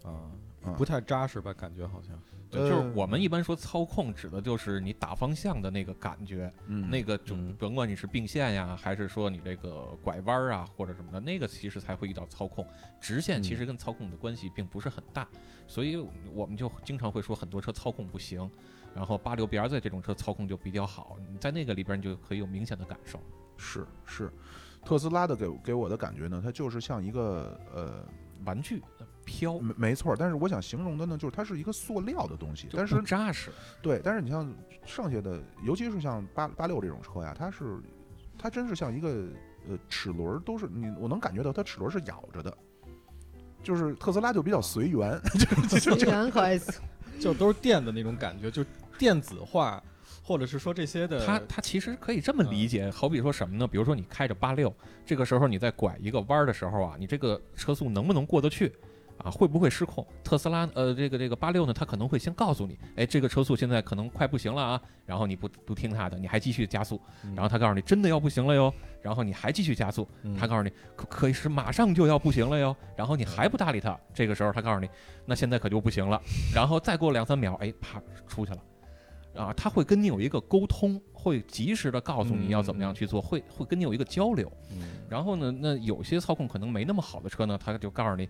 Speaker 2: 啊
Speaker 4: 嗯，
Speaker 2: 不太扎实吧？感觉好像，
Speaker 3: 对就是
Speaker 4: 呃
Speaker 3: 我们一般说操控指的就是你打方向的那个感觉，
Speaker 4: 嗯
Speaker 3: 那个就
Speaker 2: 嗯
Speaker 3: 甭管你是并线呀，还是说你这个拐弯儿啊或者什么的，那个其实才会遇到操控。直线其实
Speaker 4: 嗯
Speaker 3: 跟操控的关系并不是很大，所以我们就经常会说很多车操控不行，然后八六 BRZ 这种车操控就比较好，你在那个里边你就可以有明显的感受。
Speaker 4: 是是，特斯拉的给给我的感觉呢，它就是像一个呃，
Speaker 3: 玩具飘，
Speaker 4: 没没错，但是我想形容的呢，就是它是一个塑料的东西，
Speaker 3: 就
Speaker 4: 但
Speaker 3: 不
Speaker 4: 是
Speaker 3: 扎实，
Speaker 4: 对，但是你像剩下的，尤其是像八八六这种车呀，它是它真是像一个呃齿轮儿都是你，我能感觉到它齿轮儿是咬着的。就是特斯拉就比较随缘，就是就
Speaker 5: 虽
Speaker 4: 就
Speaker 5: 然 可爱死，
Speaker 2: 就都是电的那种感觉，就电子化，或者是说这些的，嗯
Speaker 3: 它它其实可以这么理解，好比说什么呢？比如说你开着八六，这个时候你在拐一个弯儿的时候啊，你这个车速能不能过得去？啊，会不会失控？特斯拉，呃，这个这个八六呢，它可能会先告诉你，哎，这个车速现在可能快不行了啊，然后你不不听它的，你还继续加速，
Speaker 2: 嗯
Speaker 3: 然后它告诉你真的要不行了哟，然后你还继续加速，
Speaker 2: 嗯
Speaker 3: 他告诉你可可以是马上就要不行了哟，然后你还不搭理他，这个时候他告诉你，那现在可就不行了，然后再过两三秒，哎，啪出去了，啊，他会跟你有一个沟通，会及时的告诉你要怎么样去做，会会跟你有一个交流。
Speaker 2: 嗯
Speaker 3: 然后呢，那有些操控可能没那么好的车呢，他就告诉你，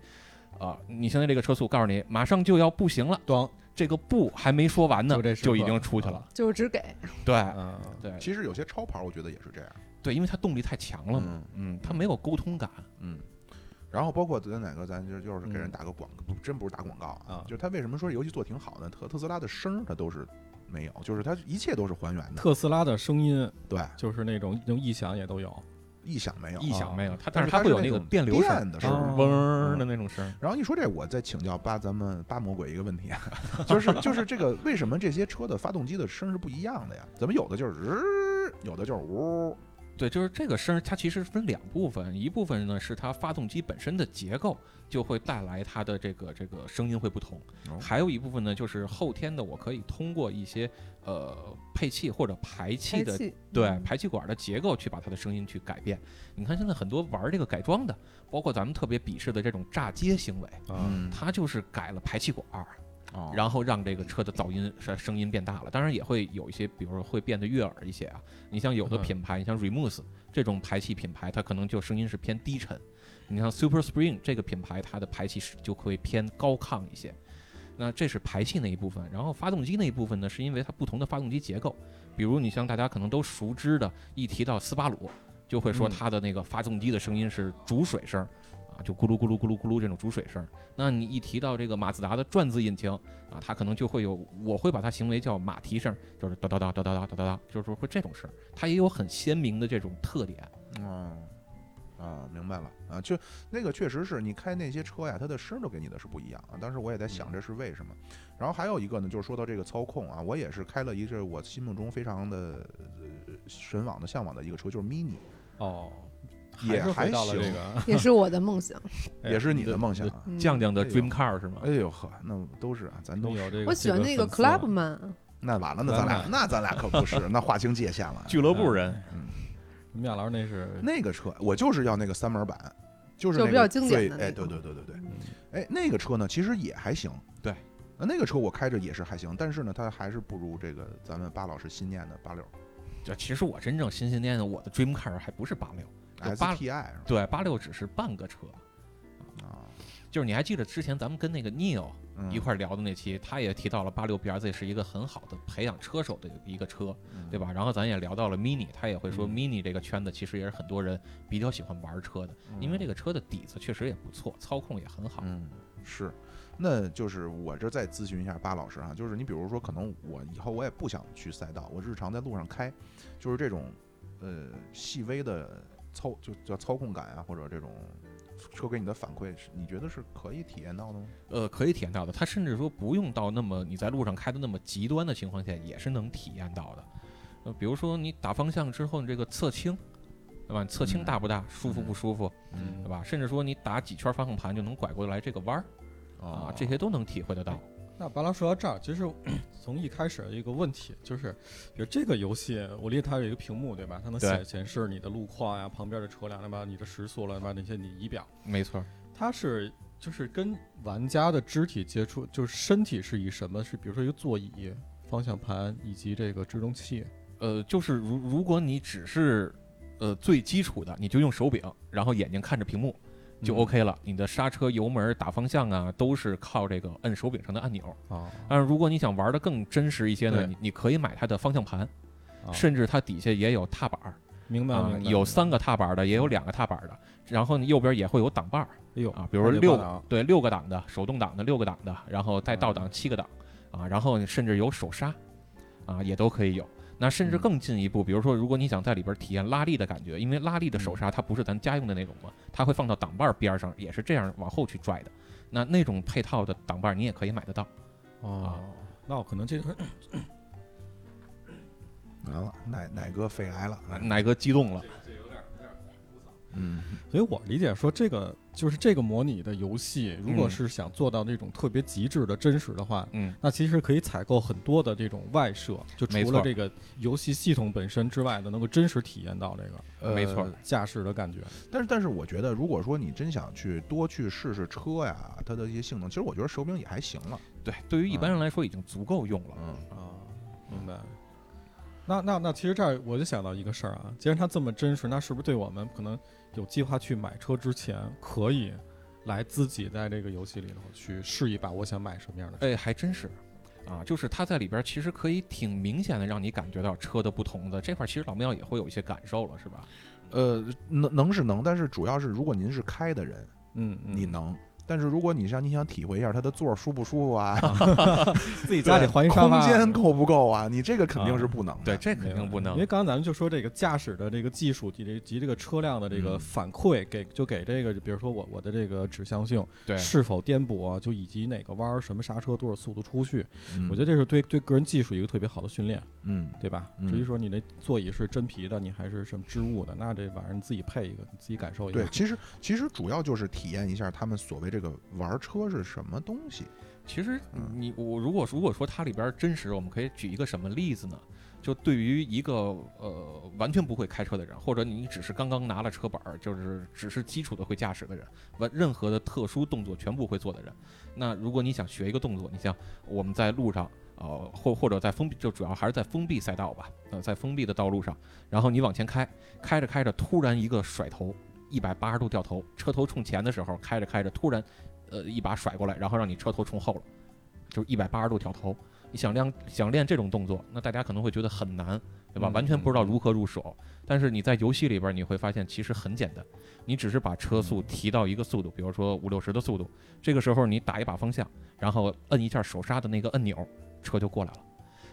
Speaker 3: 啊，你现在这个车速，告诉你马上就要不行了，
Speaker 2: 装
Speaker 3: 这个不还没说完呢
Speaker 2: 就，这时刻
Speaker 3: 就已经出去了。
Speaker 5: 就是只给
Speaker 3: 对
Speaker 2: 啊，
Speaker 3: 对
Speaker 4: 其实有些超跑我觉得也是这样。
Speaker 3: 对，因为它动力太强了嘛，嗯，它没有沟通感。
Speaker 4: 嗯，然后包括咱哪个，咱就就是给人
Speaker 2: 嗯
Speaker 4: 打个广，不真不是打广告啊
Speaker 2: 啊，
Speaker 4: 就是他为什么说游戏做挺好呢？特特斯拉的声儿它都是没有，就是它一切都是还原的，
Speaker 2: 特斯拉的声音
Speaker 4: 对，
Speaker 2: 就是那种那种异响也都有，
Speaker 4: 异响没有。啊
Speaker 3: 异响没有，哦它
Speaker 4: 但
Speaker 3: 但是
Speaker 4: 是
Speaker 3: 它
Speaker 4: 它
Speaker 3: 会
Speaker 4: 是
Speaker 3: 有
Speaker 4: 那
Speaker 3: 那个
Speaker 4: 种
Speaker 3: 电流声，嗯
Speaker 4: 电的声
Speaker 2: 儿
Speaker 3: 嗡儿的那种声儿。
Speaker 4: 然后一说这，我再请教八咱们八魔鬼一个问题啊， 就是就是这个为什么这些车的发动机的声儿是不一样的呀？怎么有的就是日，有的就是呜？
Speaker 3: 对，就是这个声儿，它其实分两部分，一部分呢是它发动机本身的结构就会带来它的这个这个声音会不同，
Speaker 2: 哦嗯
Speaker 3: 还有一部分呢就是后天的，我可以通过一些呃配器或者排气
Speaker 5: 开
Speaker 3: 的
Speaker 5: 气，
Speaker 3: 对
Speaker 5: 嗯
Speaker 3: 排气管的结构去把它的声音去改变。你看现在很多玩这个改装的，包括咱们特别鄙视的这种炸街行为，
Speaker 4: 嗯
Speaker 2: 啊，
Speaker 3: 它就是改了排气管儿。
Speaker 4: 哦
Speaker 3: 然后让这个车的噪音声声音变大了，当然也会有一些，比如说会变得悦耳一些啊。你像有的
Speaker 2: 嗯
Speaker 3: 品牌，你像 Remus 这种排气品牌，它可能就声音是偏低沉；你像 Super Spring 这个品牌，它的排气是就会偏高亢一些。那这是排气那一部分，然后发动机那一部分呢，是因为它不同的发动机结构，比如你像大家可能都熟知的，一提到斯巴鲁，就会说
Speaker 2: 嗯
Speaker 3: 它的那个发动机的声音是煮水声，啊，就咕噜咕噜咕噜咕噜这种煮水声。那你一提到这个马自达的转子引擎，啊，它可能就会有，我会把它形为叫马蹄声，就是哒哒哒哒哒哒哒哒哒，就是说会这种声儿，它也有很鲜明的这种特点。
Speaker 4: 哦，啊，明白了啊，就那个确实是你开那些车呀，它的声儿都给你的是不一样啊。当时我也在想这是为什么。然后还有一个呢，就是说到这个操控啊，我也是开了一个我心目中非常的、呃、神往的向往的一个车，就是 mini，
Speaker 2: 哦，
Speaker 4: 也
Speaker 2: 是
Speaker 4: 还
Speaker 2: 回到了这
Speaker 4: 行
Speaker 2: 个，
Speaker 5: 也是我的梦想。
Speaker 2: 哎
Speaker 4: 也是你的梦想啊。
Speaker 5: 嗯
Speaker 3: 酱酱的
Speaker 4: 哎呦
Speaker 3: dream car 是吗
Speaker 4: 哎？呦呵，那都是啊，咱
Speaker 2: 你
Speaker 4: 都
Speaker 2: 有
Speaker 4: 是。
Speaker 2: 这个，
Speaker 5: 我喜欢
Speaker 2: 这
Speaker 5: 那个
Speaker 2: 粉丝了
Speaker 5: Clubman，
Speaker 4: 那完了，那咱俩那咱俩可不是，那划清界限了。
Speaker 3: 俱乐部人，
Speaker 2: 米娅老师那是
Speaker 4: 那个车，我就是要那个三门版，就是
Speaker 5: 就
Speaker 4: 那
Speaker 5: 比较
Speaker 4: 个
Speaker 5: 经典
Speaker 4: 最
Speaker 5: 的那
Speaker 4: 哎，对
Speaker 5: 种嗯
Speaker 4: 对对对对，哎，那个车呢，其实也还行。
Speaker 3: 对
Speaker 4: 呃，那个车我开着也是还行，但是呢，它还是不如这个咱们巴老师新念的八六。
Speaker 3: 就其实我真正心心念念我的 dream car 还不是八六，就八
Speaker 4: ，STI 是吧？
Speaker 3: 对，八六只是半个车。
Speaker 4: 啊，
Speaker 3: 就是你还记得之前咱们跟那个 Neil
Speaker 4: 嗯
Speaker 3: 一块儿聊的那期，他也提到了八六 BRZ 是一个很好的培养车手的一个车，
Speaker 4: 嗯
Speaker 3: 对吧？然后咱也聊到了 Mini，他也会说 Mini 这个圈子其实也是很多人比较喜欢玩车的，因为这个车的底子确实也不错，操控也很好。
Speaker 4: 嗯，是，那就是我这再咨询一下巴老师哈，就是你比如说，可能我以后我也不想去赛道，我日常在路上开，就是这种呃细微的操，就叫操控感啊，或者这种车给你的反馈，是你觉得是可以体验到的吗？
Speaker 3: 呃，可以体验到的。它甚至说不用到那么你在路上开的那么极端的情况下，也是能体验到的。呃，比如说你打方向之后，你这个侧倾，对吧？你侧倾
Speaker 4: 嗯
Speaker 3: 大不大？舒服不舒服？
Speaker 4: 嗯
Speaker 3: 对吧？甚至说你打几圈方向盘就能拐过来这个弯儿
Speaker 4: 哦
Speaker 3: 啊，这些都能体会得到。
Speaker 2: 那白狼说到这儿，其实 从一开始有一个问题就是，比如这个游戏，我理解它有一个屏幕，对吧？它能
Speaker 3: 对
Speaker 2: 显显示你的路况呀、旁边的车辆，对吧？你的时速了，对吧？那些你仪表，
Speaker 3: 没错，
Speaker 2: 它是就是跟玩家的肢体接触，就是身体是以什么？是比如说一个座椅、方向盘以及这个制动器。
Speaker 3: 呃，就是如如果你只是呃最基础的，你就用手柄，然后眼睛看着屏幕就
Speaker 2: 嗯
Speaker 3: OK 了。你的刹车、油门、打方向啊，都是靠这个摁手柄上的按钮。
Speaker 2: 啊，
Speaker 3: 但是如果你想玩的更真实一些呢，
Speaker 2: 对
Speaker 3: 你你可以买它的方向盘，
Speaker 2: 啊
Speaker 3: 甚至它底下也有踏板儿
Speaker 2: 明白
Speaker 3: 啊
Speaker 2: 明，白。
Speaker 3: 有三个踏板儿的，也有两个踏板儿的，然后右边也会有挡把儿
Speaker 2: 哎呦
Speaker 3: 啊，比如说
Speaker 2: 还得
Speaker 3: 六
Speaker 2: 挂档嗯
Speaker 3: 个对六个档的，手动挡的六个档的，然后带倒档七个档啊，然后甚至有手刹啊，也都可以有。那甚至
Speaker 2: 嗯
Speaker 3: 更进一步，比如说，如果你想在里边体验拉力的感觉，因为拉力
Speaker 2: 嗯
Speaker 3: 的手刹它不是咱家用的那种嘛，它会放到挡把儿边儿上，也是这样往后去拽的。那那种配套的挡把儿你也可以买得到。
Speaker 2: 哦，那我可能这个
Speaker 4: 完了，奶奶哥肺癌了，
Speaker 2: 哎
Speaker 3: 奶哥激动了。
Speaker 4: 嗯
Speaker 2: 所以我理解说，这个就是这个模拟的游戏，如果
Speaker 3: 嗯
Speaker 2: 是想做到那种特别极致的真实的话，
Speaker 3: 嗯，
Speaker 2: 那其实可以采购很多的这种外设，就
Speaker 3: 没
Speaker 2: 除
Speaker 3: 错
Speaker 2: 了这个游戏系统本身之外的，能够真实体验到这个
Speaker 4: 呃
Speaker 3: 没错
Speaker 2: 驾驶的感觉。
Speaker 4: 但是，但是我觉得，如果说你真想去多去试试车呀，它的一些性能，其实我觉得手柄也还行了。
Speaker 3: 对，对于一般人来说已经足够用了。
Speaker 4: 嗯
Speaker 2: 啊，明白。那那那，其实这儿我就想到一个事儿啊，既然它这么真实，那是不是对我们可能有计划去买车之前，可以来自己在这个游戏里头去试一把，我想买什么样的车？
Speaker 3: 哎，还真是，啊，就是它在里边其实可以挺明显的让你感觉到车的不同的这块，其实老庙也会有一些感受了，是吧？
Speaker 4: 呃，能能是能，但是主要是如果您是开的人，
Speaker 2: 嗯，嗯
Speaker 4: 你能。但是如果你像你想体会一下它的座儿舒不舒服啊，
Speaker 2: 自己家里换一沙
Speaker 4: 空
Speaker 2: 发，
Speaker 4: 间够不够啊，你这个肯定是不能的。
Speaker 3: 对，这肯
Speaker 2: 没有
Speaker 3: 定不能
Speaker 2: 因为。刚才咱们就说这个驾驶的这个技术及这及这个车辆的这
Speaker 3: 嗯
Speaker 2: 个反馈给就给这个，比如说我我的这个指向性
Speaker 3: 对，
Speaker 2: 是否颠簸，啊就以及哪个弯儿什么刹车多少速度出去，
Speaker 4: 嗯
Speaker 2: 我觉得这是对对个人技术一个特别好的训练，
Speaker 4: 嗯，
Speaker 2: 对吧？
Speaker 4: 嗯
Speaker 2: 至于说你那座椅是真皮的，你还是什么织物的，那这玩意儿你自己配一个，你自己感受一下。
Speaker 4: 对，其实其实主要就是体验一下他们所谓这个玩车是什么东西。
Speaker 3: 其实
Speaker 4: 嗯
Speaker 3: 你我如果如果说它里边真实，我们可以举一个什么例子呢？就对于一个呃完全不会开车的人，或者你只是刚刚拿了车板儿，就是只是基础的会驾驶的人，完任何的特殊动作全不会做的人，那如果你想学一个动作，你像我们在路上，呃，或或者在封闭，就主要还是在封闭赛道吧，呃，在封闭的道路上，然后你往前开，开着开着，突然一个甩头，一百八十度掉头，车头冲前的时候，开着开着，突然，呃，一把甩过来，然后让你车头冲后了，就是一百八十度掉头。你想练想练这种动作，那大家可能会觉得很难，对吧？
Speaker 2: 嗯
Speaker 3: 完全不知道如何入手。但是你在游戏里边，你会发现其实很简单，你只是把车
Speaker 2: 嗯
Speaker 3: 速提到一个速度，比如说五六十的速度，这个时候你打一把方向，然后摁一下手刹的那个按钮，车就过来了。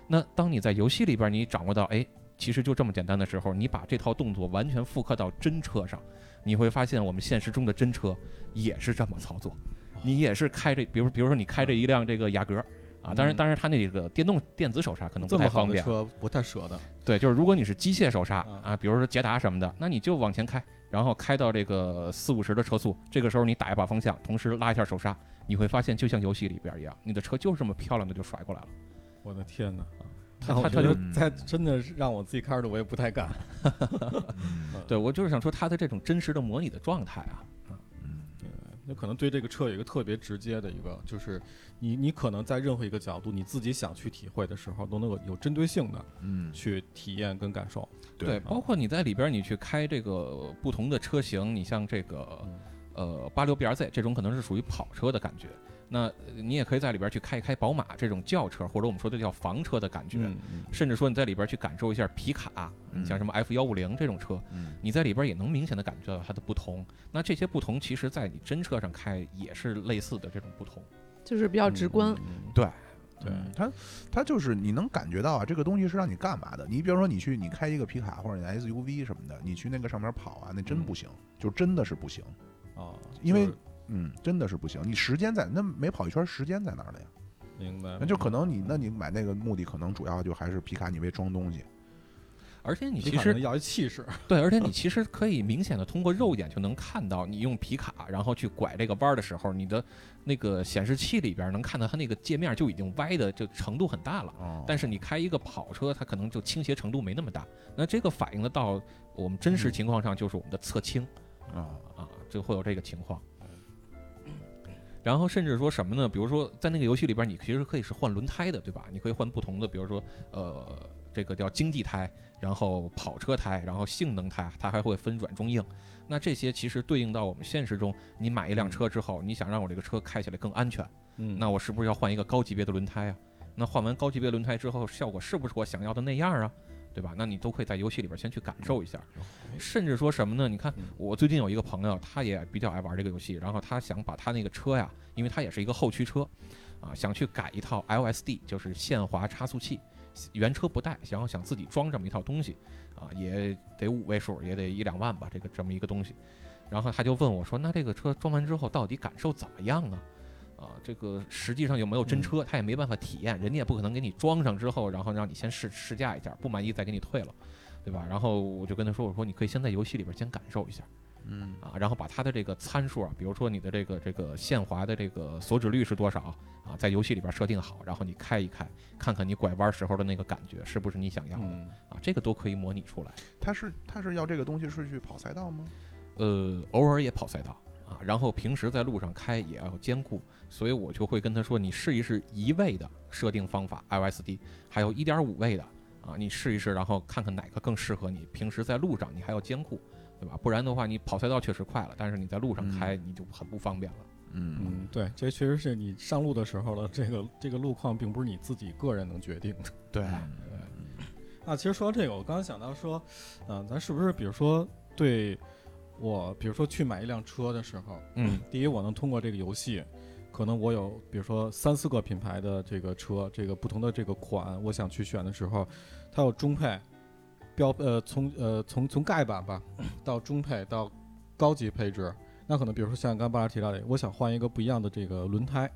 Speaker 3: 那当你在游戏里边你掌握到，哎，其实就这么简单的时候，你把这套动作完全复刻到真车上，你会发现我们现实中的真车也是这么操作，
Speaker 2: 哦
Speaker 3: 你也是开着，比如比如说你开着一辆这个雅阁。啊，当然，
Speaker 2: 嗯
Speaker 3: 当然，它那个电动电子手刹可能不
Speaker 2: 这
Speaker 3: 太
Speaker 2: 么好
Speaker 3: 方
Speaker 2: 的
Speaker 3: 便。
Speaker 2: 车不太舍得。
Speaker 3: 对，就是如果你是机械手刹
Speaker 2: 嗯
Speaker 3: 啊，比如说捷达什么的，那你就往前开，然后开到这个四五十的车速，这个时候你打一把方向，同时拉一下手刹，你会发现就像游戏里边一样，你的车就是这么漂亮的就甩过来了。
Speaker 2: 我的天 哪！
Speaker 3: 他
Speaker 2: 那
Speaker 3: 他
Speaker 2: 我觉
Speaker 3: 他
Speaker 2: 得嗯
Speaker 3: 就
Speaker 2: 在真的是让我自己开着，我也不太敢。
Speaker 3: 对我就是想说他的这种真实的模拟的状态啊，
Speaker 2: 那可能对这个车有一个特别直接的一个，就是你你可能在任何一个角度，你自己想去体会的时候，都能够有针对性的
Speaker 4: 嗯，
Speaker 2: 去体验跟感受。
Speaker 4: 对
Speaker 3: 包括你在里边儿你去开这个不同的车型，你像这个
Speaker 2: 嗯
Speaker 3: 呃八六 BRZ 这种可能是属于跑车的感觉，那呃你也可以在里边儿去开一开宝马这种轿车，或者我们说的叫房车的感觉。
Speaker 2: 嗯嗯
Speaker 3: 甚至说你在里边儿去感受一下皮卡，啊你
Speaker 4: 嗯
Speaker 3: 像什么 F 幺五零这种车，
Speaker 4: 嗯
Speaker 3: 你在里边儿也能明显的感觉到它的不同。那这些不同，其实在你真车上开也是类似的这种不同。
Speaker 5: 就是比较直观。
Speaker 2: 嗯
Speaker 4: 对，
Speaker 2: 对，
Speaker 4: 嗯它它就是你能感觉到啊，这个东西是让你干嘛的？你比如说你去你开一个皮卡或者你 SUV 什么的，你去那个上面跑啊，那真不行，就真的是不行，
Speaker 2: 啊，
Speaker 4: 因为
Speaker 2: 就是
Speaker 4: 嗯，真的是不行。你时间在那每跑一圈，时间在哪儿了呀？
Speaker 2: 明白，
Speaker 4: 那就可能你那你买那个目的可能主要就还是皮卡，你为装东西。
Speaker 3: 而且你
Speaker 2: 你
Speaker 3: 其
Speaker 2: 可能
Speaker 3: 实
Speaker 2: 要一气势，
Speaker 3: 对，而且你其实可以明显的通过肉眼就能看到，你用皮卡然后去拐这个弯儿的时候，你的那个显示器里边儿能看到它那个界面就已经歪的就程度很大了。
Speaker 4: 哦
Speaker 3: 但是你开一个跑车，它可能就倾斜程度没那么大。那这个反映的到我们真实情况上，就是我们的侧倾。
Speaker 4: 啊，
Speaker 3: 啊，就会有这个情况。然后甚至说什么呢？比如说在那个游戏里边，你其实可以是换轮胎的，对吧？你可以换不同的，比如说呃，这个叫经济胎，然后跑车胎，然后性能胎，它还会分软中硬。那这些其实对应到我们现实中，你买一辆车之后，你想让我这个车开起来更安全，
Speaker 2: 嗯，
Speaker 3: 那我是不是要换一个高级别的轮胎啊？那换完高级别轮胎之后，效果是不是我想要的那样啊？对吧？那你都可以在游戏里边先去感受一下，甚至说什么呢？你看
Speaker 2: 嗯，
Speaker 3: 我最近有一个朋友，他也比较爱玩这个游戏，然后他想把他那个车呀，因为他也是一个后驱车，啊，想去改一套 LSD，就是限滑差速器，原车不带，然后想自己装这么一套东西，啊，也得五位数，也得一两万吧，这个这么一个东西。然后他就问我说：“那这个车装完之后到底感受怎么样呢？”啊，这个实际上有没有真车，他也没办法体验，人家也不可能给你装上之后，然后让你先试试驾一下，不满意再给你退了，对吧？然后我就跟他说：“我说你可以先在游戏里边先感受一下。”
Speaker 4: 嗯
Speaker 3: 啊，然后把它的这个参数啊，比如说你的这个这个限滑的这个锁止率是多少啊，在游戏里边设定好，然后你开一开，看看你拐弯时候的那个感觉是不是你想要的、
Speaker 2: 嗯，
Speaker 3: 啊，这个都可以模拟出来。
Speaker 4: 他是他是要这个东西是去跑赛道吗？
Speaker 3: 呃，偶尔也跑赛道啊，然后平时在路上开也要兼顾，所以我就会跟他说，你试一试一位的设定方法 LSD，还有一点五位的啊，你试一试，然后看看哪个更适合你。平时在路上你还要兼顾，对吧？不然的话，你跑赛道确实快了，但是你在路上开你就很不方便了。
Speaker 4: 嗯，
Speaker 2: 嗯，对，这确实是你上路的时候了，这个这个路况并不是你自己个人能决定的。
Speaker 3: 对
Speaker 2: 啊，其实说到这个，我刚刚想到说，嗯、咱是不是比如说对我，比如说去买一辆车的时候，
Speaker 3: 嗯，
Speaker 2: 第一我能通过这个游戏，可能我有比如说三四个品牌的这个车，这个不同的这个款，我想去选的时候，它有中配、标呃从呃从从盖板吧到中配到高级配置，那可能比如说像刚刚巴拉提到的，我想换一个不一样的这个轮胎，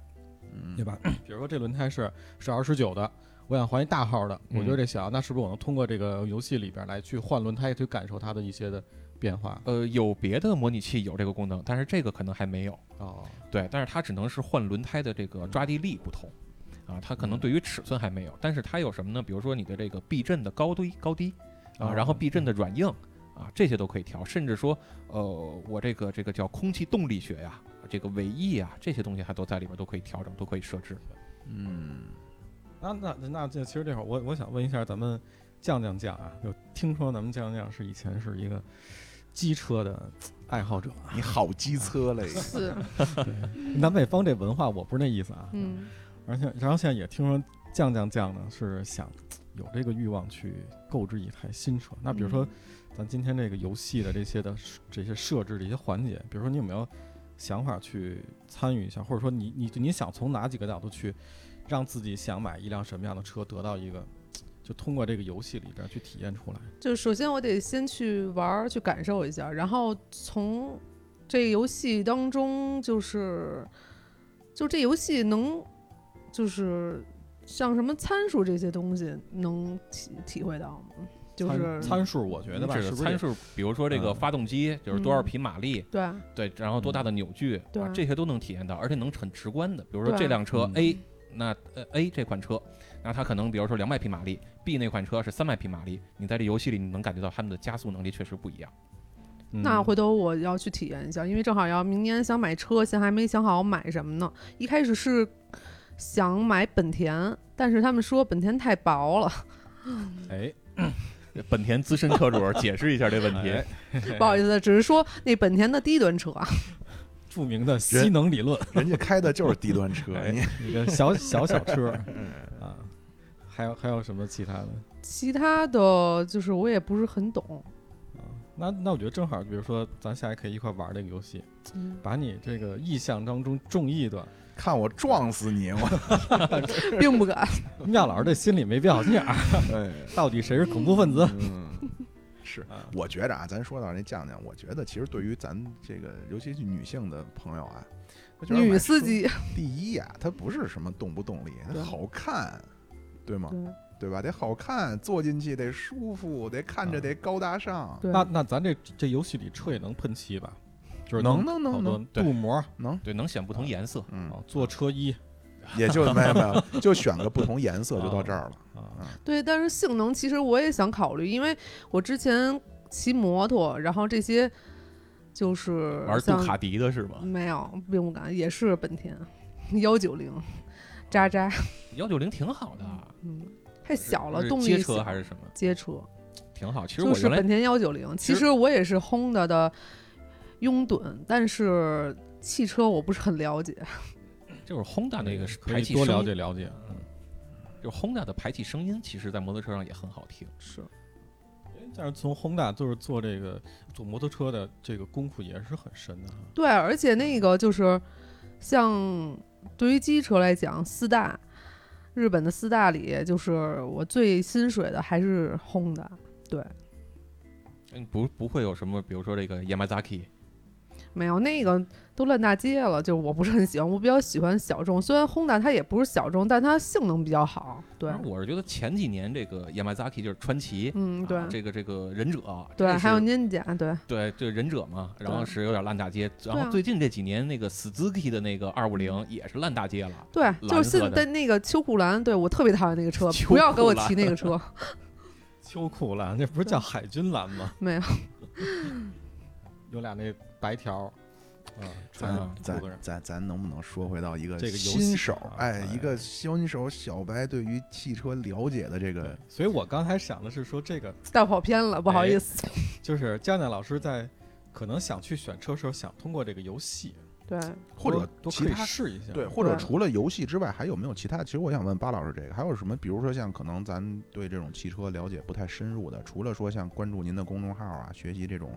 Speaker 2: 对吧？比如说这轮胎是是二十九的，我想换一大号的，
Speaker 3: 嗯
Speaker 2: 我就这想，那是不是我能通过这个游戏里边来去换轮胎，去感受它的一些的变化？
Speaker 3: 呃，有别的模拟器有这个功能，但是这个可能还没有。
Speaker 2: 哦，
Speaker 3: 对，但是它只能是换轮胎的这个抓地力不同，啊，它可能
Speaker 2: 嗯
Speaker 3: 对于尺寸还没有，但是它有什么呢？比如说你的这个避震的高低高低啊，
Speaker 2: 哦
Speaker 3: 然后避震的软硬啊，这些都可以调，甚至说，呃，我这个这个叫空气动力学呀、这个尾翼啊，这些东西还都在里边都可以调整，都可以设置。
Speaker 4: 嗯，
Speaker 2: 那那那这其实这会儿我我想问一下咱们降降降啊，有听说咱们降降是以前是一个机车的爱好者啊，
Speaker 4: 你好机车 嘞，
Speaker 5: 是，
Speaker 2: 南北方这文化我不是那意思啊，
Speaker 5: 嗯，
Speaker 2: 而且然后现在也听说降降降呢是想有这个欲望去购置一台新车，那比如
Speaker 5: 嗯
Speaker 2: 说咱今天这个游戏的这些的这些设置的一些环节，比如说你有没有想法去参与一下，或者说你你你想从哪几个角度去让自己想买一辆什么样的车，得到一个就通过这个游戏里边去体验出来。
Speaker 5: 就首先我得先去玩儿，去感受一下，然后从这游戏当中，就是就这游戏能就是像什么参数这些东西能体体会到吗？就是
Speaker 2: 参参数，我觉得吧，
Speaker 3: 这
Speaker 2: 是
Speaker 3: 个
Speaker 2: 不是
Speaker 3: 嗯参数，比如说这个
Speaker 2: 嗯
Speaker 3: 发动机就是多少匹马力，
Speaker 5: 对啊，
Speaker 3: 对，然后多大的扭矩，
Speaker 5: 对
Speaker 3: 啊，这些都能体验到，而且能很直观的。比如说
Speaker 5: 对
Speaker 3: 这辆车
Speaker 2: 嗯
Speaker 3: A，那呃 A 这款车，那它可能比如说两百匹马力，B 那款车是三百匹马力，你在这游戏里你能感觉到它们的加速能力确实不一样。
Speaker 2: 嗯
Speaker 5: 那回头我要去体验一下，因为正好要明年想买车，现在还没想好买什么呢。一开始是 想买本田，但是他们说本田太薄了，
Speaker 2: 嗯哎，
Speaker 3: 本田资深车主解释一下这问题。
Speaker 2: 哎
Speaker 5: 不好意思，只是说那本田的低端车啊，
Speaker 2: 著名的西能 理论，
Speaker 4: 人家开的就是低端车，
Speaker 2: 哎
Speaker 4: 你
Speaker 2: 你个小小小 车啊，还有还有什么其他的？
Speaker 5: 其他的就是我也不是很懂。
Speaker 2: 啊，那那我觉得正好，比如说咱下来可以一块玩这个游戏，
Speaker 5: 嗯，
Speaker 2: 把你这个意象当中中 意的，
Speaker 4: 看我撞死你！我
Speaker 5: 并不 敢。
Speaker 2: 妙老师这心里没标价，
Speaker 4: 哎，
Speaker 2: 到底谁是恐怖分子？
Speaker 4: 嗯，是
Speaker 2: 啊，
Speaker 4: 我觉着啊，咱说到那酱酱，我觉得其实对于咱这个，尤其是女性的朋友啊，我觉得
Speaker 5: 女
Speaker 4: 买
Speaker 5: 司
Speaker 4: 车
Speaker 5: 机，
Speaker 4: 第一呀、它不是什么动不动力，它
Speaker 5: 对
Speaker 4: 好看，对吗？
Speaker 5: 对
Speaker 4: 对吧？得好看，坐进去得舒服，得看着
Speaker 2: 啊
Speaker 4: 得高大上。
Speaker 5: 对，
Speaker 2: 那那咱这这游戏里车也能喷漆吧？就是
Speaker 4: 能能能
Speaker 2: 好多
Speaker 4: 能
Speaker 3: 对
Speaker 2: 镀膜，
Speaker 4: 能，
Speaker 3: 对，能选不同颜 色。
Speaker 4: 嗯，
Speaker 2: 啊，做车衣
Speaker 4: 也就没有没 有，就选个不同颜色就到这儿了。
Speaker 2: 啊，
Speaker 5: 对，但是性能其实我也想考虑，因为我之前骑摩托，然后这些就是
Speaker 3: 玩杜
Speaker 5: 像嗯
Speaker 3: 卡迪的是吗？
Speaker 5: 没有，并不敢，也是本田幺九零，渣渣，
Speaker 3: 幺九零挺好的，啊
Speaker 5: 嗯，太小了，
Speaker 3: 是
Speaker 5: 动力
Speaker 3: 街车
Speaker 5: 小
Speaker 3: 还是什么，
Speaker 5: 街车，
Speaker 3: 挺好。其实
Speaker 5: 就
Speaker 3: 我
Speaker 5: 是
Speaker 3: 原来
Speaker 5: 本田幺九零。其
Speaker 3: 实
Speaker 5: 实我也是 Honda 的拥趸，但是汽车我不是很了解。
Speaker 3: 就是 Honda 那个是
Speaker 2: 可
Speaker 3: 排
Speaker 2: 以
Speaker 3: 气
Speaker 2: 多
Speaker 3: 声
Speaker 2: 了
Speaker 3: 音
Speaker 2: 解了解。
Speaker 3: 就是 Honda 的排气声音，其实在摩托车上也很好听。
Speaker 5: 是，
Speaker 2: 嗯但是从 Honda 就是做这个做摩托车的这个功夫也是很深的啊，
Speaker 5: 对，而且那个就是像对于机车来讲，四大日本的四大里，就是我最心水的还是 Honda。
Speaker 3: 嗯，不不会有什么，比如说这个 Yamazaki，
Speaker 5: 没有那个都烂大街了，就是我不是很喜欢，我比较喜欢小众。虽然 Honda 它也不是小众，但它性能比较好。对
Speaker 3: 反，正我是觉得前几年这个 Yamazaki 就是川崎，
Speaker 5: 嗯，对，
Speaker 3: 啊这个这个忍者，啊
Speaker 5: 对，
Speaker 3: 这
Speaker 5: 还有
Speaker 3: 是
Speaker 5: Ninja，对，
Speaker 3: 对对忍者嘛，然后
Speaker 5: 对
Speaker 3: 是有点烂大街，然
Speaker 5: 对啊嗯
Speaker 3: 后最近这几年那个 Suzuki 的那个二五零也是烂大街了。
Speaker 5: 对，就
Speaker 3: 蓝
Speaker 5: 是
Speaker 3: 色
Speaker 5: 现
Speaker 3: 的
Speaker 5: 在那个秋裤蓝，对我特别讨厌那个车，
Speaker 3: 秋
Speaker 5: 不要给我
Speaker 3: 裤蓝
Speaker 5: 骑那个车。
Speaker 2: 秋裤蓝，那不是叫海军蓝吗？
Speaker 5: 没有，
Speaker 2: 有俩那白条儿啊，穿上
Speaker 4: 咱咱
Speaker 2: 裤子上。
Speaker 4: 咱咱能不能说回到一个
Speaker 2: 这个游戏
Speaker 4: 新手
Speaker 2: 啊？
Speaker 4: 哎
Speaker 2: 哎，
Speaker 4: 一个新手小白对于汽车了解的这
Speaker 2: 对
Speaker 4: 个，，
Speaker 2: 所以我刚才想的是说，这个
Speaker 5: 但跑偏了，
Speaker 3: 哎
Speaker 5: 不好 意思。
Speaker 2: 就是佳佳老师在可能想去选车时候，想通过这个游戏
Speaker 5: 对，
Speaker 4: 或者
Speaker 2: 都
Speaker 4: 其
Speaker 2: 可以
Speaker 4: 他
Speaker 2: 试一下。
Speaker 4: 对，或者
Speaker 5: 对
Speaker 4: 除了游戏之外，还有没有其他？其实我想问巴老师，这个还有什么？比如说像可能咱对这种汽车了解不太深入的，除了说像关注您的公众号啊，学习这种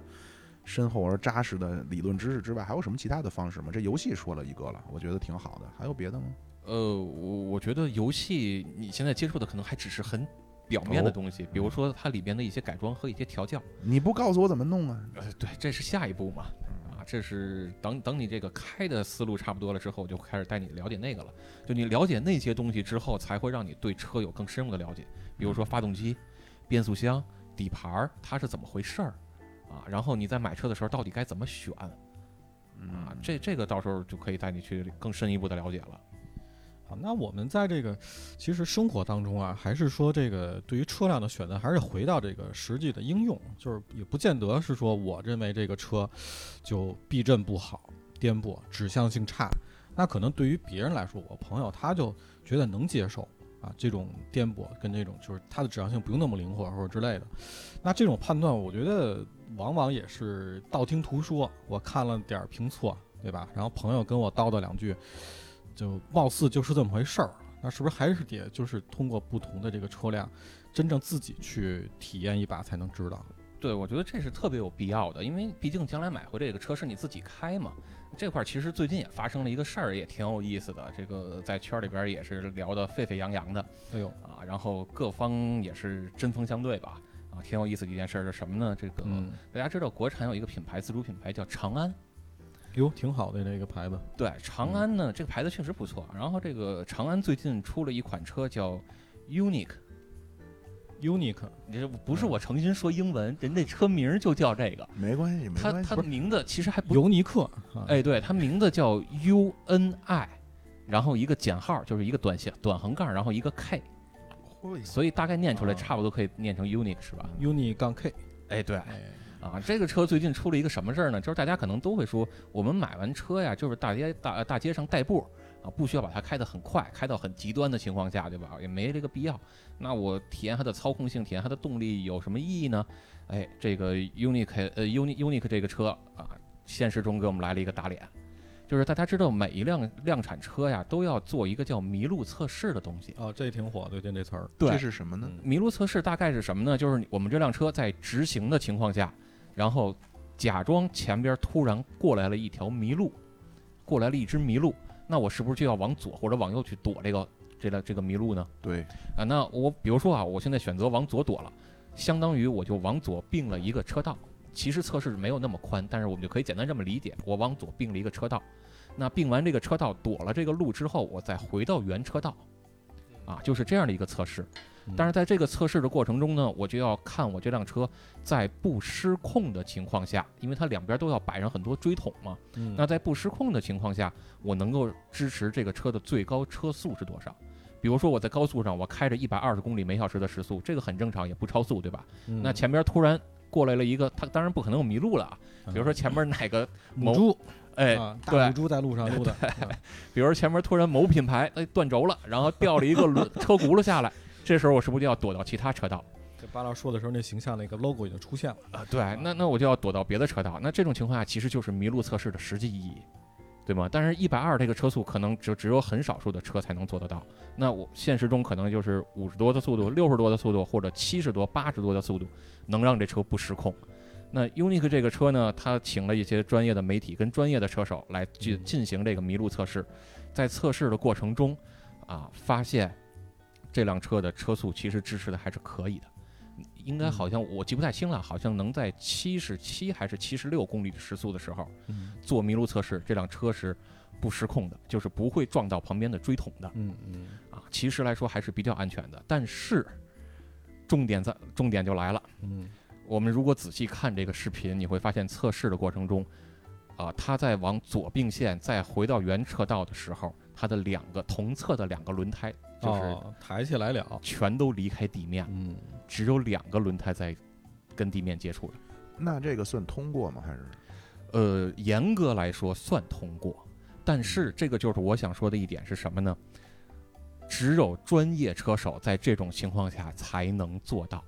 Speaker 4: 深厚而扎实的理论知识之外，还有什么其他的方式吗？这游戏说了一个了，我觉得挺好的，还有别的吗？
Speaker 3: 呃，我我觉得游戏你现在接触的可能还只是很表面的
Speaker 4: 哦
Speaker 3: 东西，比如说它里边的一些改装和一些调教。
Speaker 4: 你不告诉我怎么弄啊？
Speaker 3: 呃，对，这是下一步嘛，啊，这是等等你这个开的思路差不多了之后，我就开始带你了解那个了。就你了解那些东西之后，才会让你对车有更深入的了解，比如说发动机、变速箱、底盘儿它是怎么回事儿啊，然后你在买车的时候到底该怎么选啊
Speaker 4: 嗯，，
Speaker 3: 这这个到时候就可以带你去更深一步的了解了。
Speaker 2: 好，啊那我们在这个其实生活当中啊，还是说这个对于车辆的选择，还是回到这个实际的应用，就是也不见得是说我认为这个车就避震不好、颠簸、指向性差，那可能对于别人来说，我朋友他就觉得能接受。啊，这种颠簸跟这种就是它的指向性不用那么灵活或者之类的，那这种判断我觉得往往也是道听途说，我看了点儿评测，对吧？然后朋友跟我叨叨两句，就貌似就是这么回事儿。啊那是不是还是得就是通过不同的这个车辆，真正自己去体验一把才能知道？
Speaker 3: 对，我觉得这是特别有必要的，因为毕竟将来买回这个车是你自己开嘛。这块儿其实最近也发生了一个事儿，也挺有意思的。这个在圈儿里边儿也是聊得沸沸扬扬的
Speaker 2: 哎呦，
Speaker 3: 啊，然后各方也是针锋相对吧。啊，挺有意思的一件事儿是什么呢？这个、
Speaker 2: 嗯，
Speaker 3: 大家知道，国产有一个品牌自主品牌叫长安。
Speaker 2: 哟，挺好的这个牌子，
Speaker 3: 对，长
Speaker 4: 嗯
Speaker 3: 安呢、这个牌子确实不错。然后这个长安最近出了一款车叫 Unique，
Speaker 2: Unique
Speaker 3: 你这不
Speaker 4: 嗯
Speaker 3: 是我诚心说英文，人这车名儿就叫这个。
Speaker 4: 没关系，没
Speaker 3: 它
Speaker 4: 关系
Speaker 3: 它，的名字其实还不
Speaker 2: 尤尼克啊，
Speaker 3: 哎，对，它名字叫 U N I，然后一个减号，就是一个短线短横杠，然后一个 K，
Speaker 4: 不是
Speaker 3: 所以大概念出来
Speaker 2: 啊
Speaker 3: 差不多可以念成 Unique 是吧？
Speaker 2: ，Uni 杠 K，
Speaker 3: 哦哎，对
Speaker 2: 哎，
Speaker 3: 啊，这个车最近出了一个什么事儿呢？就是大家可能都会说，我们买完车呀，就是大街大大街上代步，啊，不需要把它开得很快，开到很极端的情况下，对吧？也没这个必要。那我体验它的操控性，体验它的动力有什么意义呢？哎，这个 Unique 呃 Uni Unique 这个车啊，现实中给我们来了一个打脸，就是大家知道每一辆量产车呀都要做一个叫麋鹿测试的东西。
Speaker 2: 哦，这挺火，最近这词儿。
Speaker 3: 对
Speaker 4: 这是什么呢？
Speaker 3: 麋鹿测试大概是什么呢？就是你我们这辆车在直行的情况下，然后假装前边突然过来了一条麋鹿，过来了一只麋鹿，那我是不是就要往左或者往右去躲这个这个这个麋鹿呢？
Speaker 4: 对，
Speaker 3: 啊，那我比如说啊，我现在选择往左躲了，相当于我就往左并了一个车道。其实测试没有那么宽，但是我们就可以简单这么理解：我往左并了一个车道，那并完这个车道，躲了这个路之后，我再回到原车道，啊，就是这样的一个测试。
Speaker 2: 嗯
Speaker 3: 但是在这个测试的过程中呢，我就要看我这辆车在不失控的情况下，因为它两边都要摆上很多锥桶嘛，
Speaker 2: 嗯，
Speaker 3: 那在不失控的情况下，我能够支持这个车的最高车速是多少？比如说我在高速上，我开着一百二十公里每小时的时速，这个很正常，也不超速，对吧？
Speaker 2: 嗯
Speaker 3: 那前边突然过来了一个，他当然不可能迷路了啊。比如说前面哪个
Speaker 2: 嗯 母
Speaker 3: 某
Speaker 2: 猪
Speaker 3: 哎，
Speaker 2: 啊，
Speaker 3: 对
Speaker 2: 大母猪在路上 溜达，
Speaker 3: 比如前面突然某品牌哎断轴了，然后掉了一个 轮车轱辘下来，这时候我是不是就要躲到其他车道？
Speaker 2: 这巴老说的时候，那形象那个 logo 已经出现了。
Speaker 3: 啊，对，那那我就要躲到别的车道。那这种情况下，其实就是麋鹿测试的实际意义，对吗？但是，一百二这个车速可能只只有很少数的车才能做得到。那我现实中可能就是五十多的速度、六十多的速度，或者七十多、八十多的速度，能让这车不失控。那 Unique 这个车呢，它请了一些专业的媒体跟专业的车手来进
Speaker 2: 嗯
Speaker 3: 进行这个麋鹿测试，在测试的过程中，啊，发现这辆车的车速其实支持的还是可以的，应该好像我记不太清了，好像能在七十七还是七十六公里的时速的时候
Speaker 2: 嗯
Speaker 3: 做麋鹿测试，这辆车是不失控的，就是不会撞到旁边的锥桶的
Speaker 2: 嗯嗯，
Speaker 3: 啊。其实来说还是比较安全的，但是重点在重点就来了。
Speaker 2: 嗯，
Speaker 3: 我们如果仔细看这个视频，你会发现测试的过程中，啊，它在往左并线再回到原车道的时候，它的两个同侧的两个轮胎就是
Speaker 2: 哦抬起来了，
Speaker 3: 全都离开地面，
Speaker 2: 嗯，
Speaker 3: 只有两个轮胎在跟地面接触着。
Speaker 4: 那这个算通过吗？还是
Speaker 3: 呃，严格来说算通过，但是这个就是我想说的一点是什么呢？只有专业车手在这种情况下才能做到。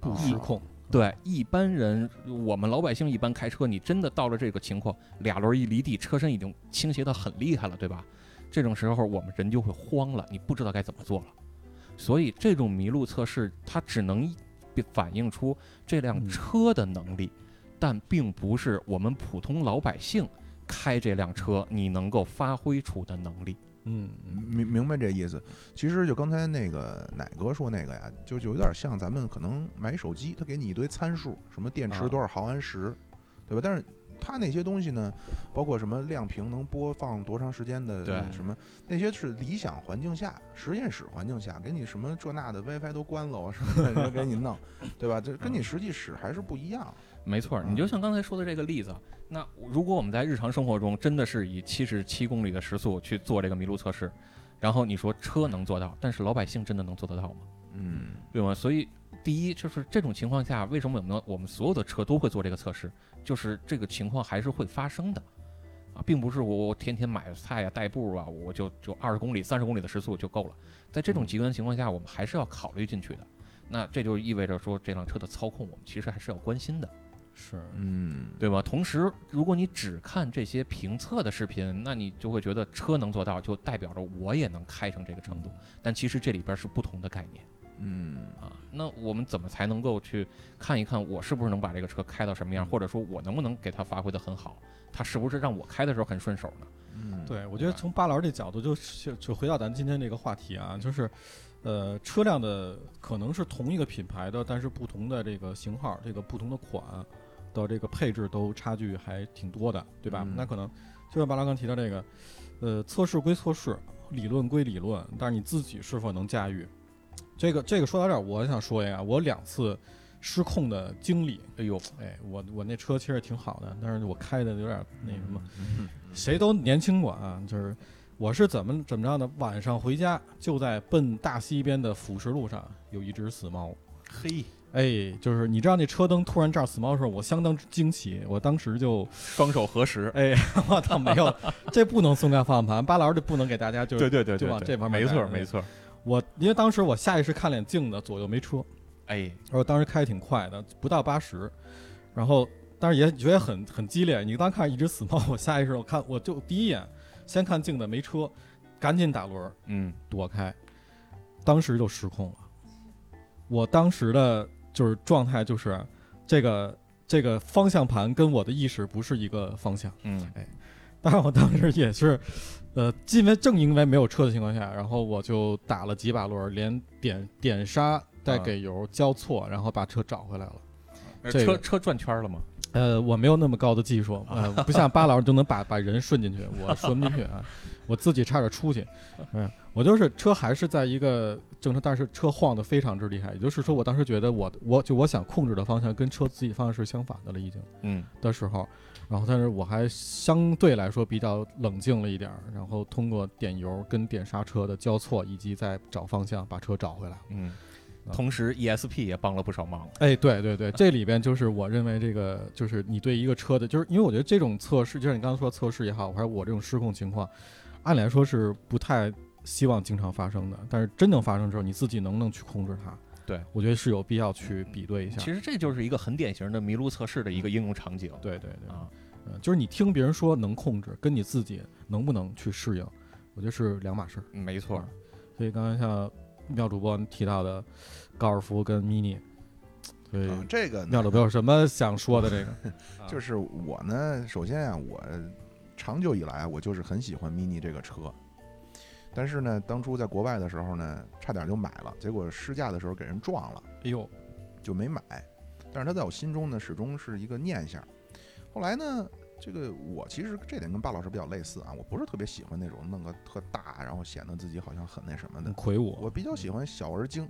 Speaker 2: 不
Speaker 3: 嗯
Speaker 2: 失控，
Speaker 3: 对一般人，我们老百姓一般开车，你真的到了这个情况，俩轮一离地，车身已经倾斜的很厉害了，对吧？这种时候我们人就会慌了，你不知道该怎么做了。所以这种麋鹿测试，它只能反映出这辆
Speaker 2: 嗯
Speaker 3: 车的能力，但并不是我们普通老百姓开这辆车你能够发挥出的能力。
Speaker 2: 嗯嗯
Speaker 4: 明明白这意思？其实就刚才那个奶哥说那个呀，就就有点像咱们可能买手机，他给你一堆参数，什么电池
Speaker 2: 啊
Speaker 4: 多少毫安时，对吧？但是他那些东西呢，包括什么亮屏能播放多长时间的
Speaker 3: 对
Speaker 4: 什么，那些是理想环境下、实验室环境下给你什么这那的 WiFi 都关了，啊什么的 给你弄，对吧？这跟你实际使还是不一样。
Speaker 3: 没错儿，
Speaker 4: 嗯
Speaker 3: 你就像刚才说的这个例子，那如果我们在日常生活中真的是以七十七公里的时速去做这个麋鹿测试，然后你说车能做到，但是老百姓真的能做得到吗？
Speaker 4: 嗯，
Speaker 3: 对吗？所以第一就是这种情况下，为什么我们我们所有的车都会做这个测试？就是这个情况还是会发生的。啊，并不是我我天天买菜呀、代步啊，我就就二十公里、三十公里的时速就够了。在这种极端情况下，我们还是要考虑进去的。那这就意味着说，这辆车的操控，我们其实还是要关心的。
Speaker 2: 是，
Speaker 4: 嗯，
Speaker 3: 对吧？同时，如果你只看这些评测的视频，那你就会觉得车能做到，就代表着我也能开成这个程度。但其实这里边是不同的概念
Speaker 4: 嗯，
Speaker 3: 啊。那我们怎么才能够去看一看我是不是能把这个车开到什么样，或者说我能不能给它发挥得很好？它是不是让我开的时候很顺手呢？
Speaker 4: 嗯，
Speaker 2: 对，我觉得从巴老师这角度就，就就回到咱今天这个话题啊，就是，呃，车辆的可能是同一个品牌的，但是不同的这个型号、这个不同的款的这个配置都差距还挺多的，对吧？
Speaker 4: 嗯
Speaker 2: 那可能就像巴老刚提到这个，呃，测试归测试，理论归理论，但是你自己是否能驾驭，这个这个说到这儿，我想说一下，我两次失控的经历，
Speaker 3: 哎呦，
Speaker 2: 哎，我我那车其实挺好的，但是我开的有点那什么。
Speaker 4: 嗯，
Speaker 2: 谁都年轻过啊，就是我是怎么怎么着呢？晚上回家就在奔大西边的辅食路上有一只死猫，
Speaker 3: 嘿，
Speaker 2: 哎，就是你知道那车灯突然这儿 small 的时候，我相当惊奇，我当时就，
Speaker 3: 双手合十。
Speaker 2: 哎， 我操，没有，这不能送干方向盘，巴老师这不能给大家就
Speaker 3: 对对对
Speaker 2: 就
Speaker 3: 对
Speaker 2: 往，
Speaker 3: 对
Speaker 2: 这方面
Speaker 3: 没
Speaker 2: 改
Speaker 3: 错
Speaker 2: 对
Speaker 3: 没错。
Speaker 2: 我，因为当时我下意识看脸镜子，左右没车，
Speaker 3: 哎，
Speaker 2: 而我当时开得挺快的，不到八十，然后当时也觉得很很激烈。你刚看一直死猫，我下意识我看我就第一眼先看镜子没车，赶紧打轮儿
Speaker 3: 嗯，
Speaker 2: 躲开，当时就失控了。我当时的就是状态就是这个这个方向盘跟我的意识不是一个方向。
Speaker 3: 嗯，
Speaker 2: 当然我当时也是，呃，因为正因为没有车的情况下，然后我就打了几把轮儿，连点点刹带给油交错，然后把车找回来了。
Speaker 3: 那
Speaker 2: 这
Speaker 3: 车
Speaker 2: 个
Speaker 3: 车转圈了吗？
Speaker 2: 呃，我没有那么高的技术，呃，不像巴老师就能把把人顺进去，我顺不进去啊，我自己差点出去。嗯，我就是车还是在一个正常，但是车晃得非常之厉害，也就是说，我当时觉得我我就我想控制的方向跟车自己方向是相反的了，已经。
Speaker 3: 嗯，
Speaker 2: 的时候，然后但是我还相对来说比较冷静了一点儿，然后通过点油跟点刹车的交错，以及再找方向把车找回来。
Speaker 3: 嗯，
Speaker 2: 啊
Speaker 3: 同时 ESP 也帮了不少忙。
Speaker 2: 哎，对对对，这里边就是我认为这个就是你对一个车的，就是因为我觉得这种测试，就像你刚刚说测试也好，还是我这种失控情况，按理来说是不太希望经常发生的，但是真正发生之后，你自己能不能去控制它？
Speaker 3: 对，
Speaker 2: 我觉得是有必要去比对一下。
Speaker 3: 其实这就是一个很典型的麋鹿测试的一个应用场景。
Speaker 2: 对对对，
Speaker 3: 啊，
Speaker 2: 嗯，就是你听别人说能控制，跟你自己能不能去适应，我觉得是两码事儿。
Speaker 3: 嗯没错
Speaker 2: 啊。所以刚才像妙主播提到的高尔夫跟 mini，所以
Speaker 4: 啊，这个呢
Speaker 2: 妙主播有什么想说的？这 个
Speaker 4: 就是我呢，首先啊，我长久以来啊我就是很喜欢 mini 这个车，但是呢，当初在国外的时候呢，差点就买了，结果试驾的时候给人撞了，
Speaker 2: 哎呦，
Speaker 4: 就没买。但是它在我心中呢，始终是一个念想。后来呢，这个我其实这点跟巴老师比较类似啊，我不是特别喜欢那种弄个特大，然后显得自己好像很那什么的
Speaker 2: 很，魁梧
Speaker 4: 我比较喜欢小而精。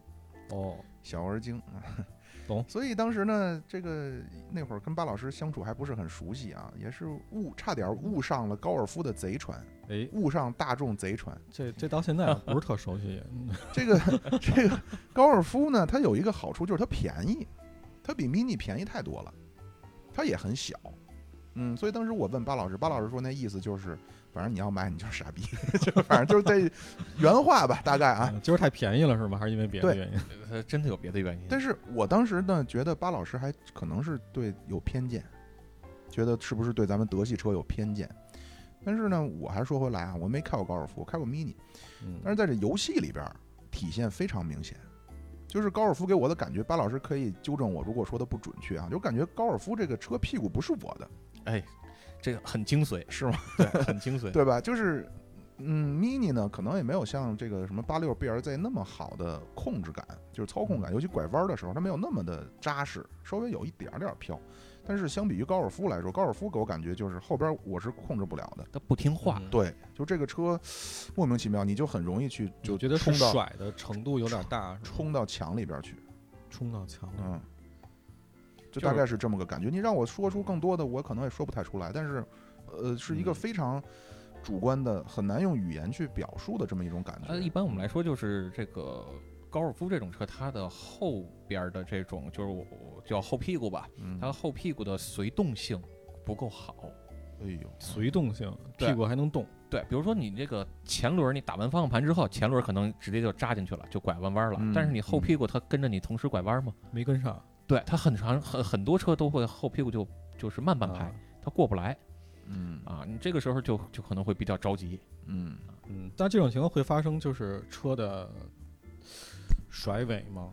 Speaker 2: 哦，
Speaker 4: 小而精啊，
Speaker 2: 懂
Speaker 4: 所以当时呢，这个那会儿跟巴老师相处还不是很熟悉啊，也是误差点误上了高尔夫的贼船，
Speaker 2: 哎，
Speaker 4: 误上大众贼船。
Speaker 2: 这这到现在不是特熟悉，
Speaker 4: 这个 这个高尔夫呢，它有一个好处就是它便宜，它比 mini 便宜太多了，它也很小。嗯，所以当时我问巴老师，巴老师说那意思就是，反正你要买你就是傻逼， 就反正就是这原话吧，大概啊。
Speaker 2: 嗯就是太便宜了是吗？还是因为别的
Speaker 4: 对
Speaker 2: 原因？
Speaker 3: 它呃真的有别的原因。
Speaker 4: 但是我当时呢，觉得巴老师还可能是对有偏见，觉得是不是对咱们德系车有偏见？但是呢，我还说回来啊，我没开过高尔夫，我开过 mini，
Speaker 2: 嗯，
Speaker 4: 但是在这游戏里边儿体现非常明显。就是高尔夫给我的感觉，巴老师可以纠正我，如果说的不准确啊，就感觉高尔夫这个车屁股不是我的，
Speaker 3: 这个很精髓，
Speaker 4: 是吗？
Speaker 3: 对，很精髓。
Speaker 4: 对吧？就是，嗯，mini 呢，可能也没有像这个什么八六 BRZ 那么好的控制感，就是操
Speaker 2: 嗯
Speaker 4: 控感，尤其拐弯的时候，它没有那么的扎实，稍微有一点儿点儿飘。但是相比于高尔夫来说，高尔夫给我感觉就是后边我是控制不了的。
Speaker 3: 它不听话，
Speaker 2: 嗯
Speaker 4: 对，就这个车莫名其妙，你就很容易去就
Speaker 2: 我觉得是
Speaker 4: 冲到
Speaker 2: 甩的程度有点大，是吗
Speaker 4: 冲到墙里边去，
Speaker 2: 冲到墙了。
Speaker 4: 嗯，就
Speaker 2: 就是
Speaker 4: 大概是这么个感觉。你让我说出更多的，我可能也说不太出来，但是，呃，是一个
Speaker 2: 嗯
Speaker 4: 非常主观的，很难用语言去表述的这么一种感觉。
Speaker 3: 呃，一般我们来说就是这个高尔夫这种车，它的后边儿的这种就是我我叫后屁股吧，
Speaker 4: 嗯，
Speaker 3: 它后屁股的随动性不够好。
Speaker 4: 哎呦，
Speaker 2: 随动性，
Speaker 3: 对
Speaker 2: 屁股还能动，
Speaker 3: 对，比如说你这个前轮，你打完方向盘之后，前轮可能直接就扎进去了，就拐弯弯了。
Speaker 4: 嗯
Speaker 3: 但是你后屁股它跟着你同时拐弯嘛，
Speaker 2: 没跟上，
Speaker 3: 对，它很长很很多车都会后屁股就就是慢半拍，
Speaker 2: 啊
Speaker 3: 它过不来
Speaker 4: 嗯
Speaker 3: 啊。你这个时候就就可能会比较着急。
Speaker 4: 嗯，
Speaker 2: 嗯，但这种情况会发生，就是车的甩尾吗？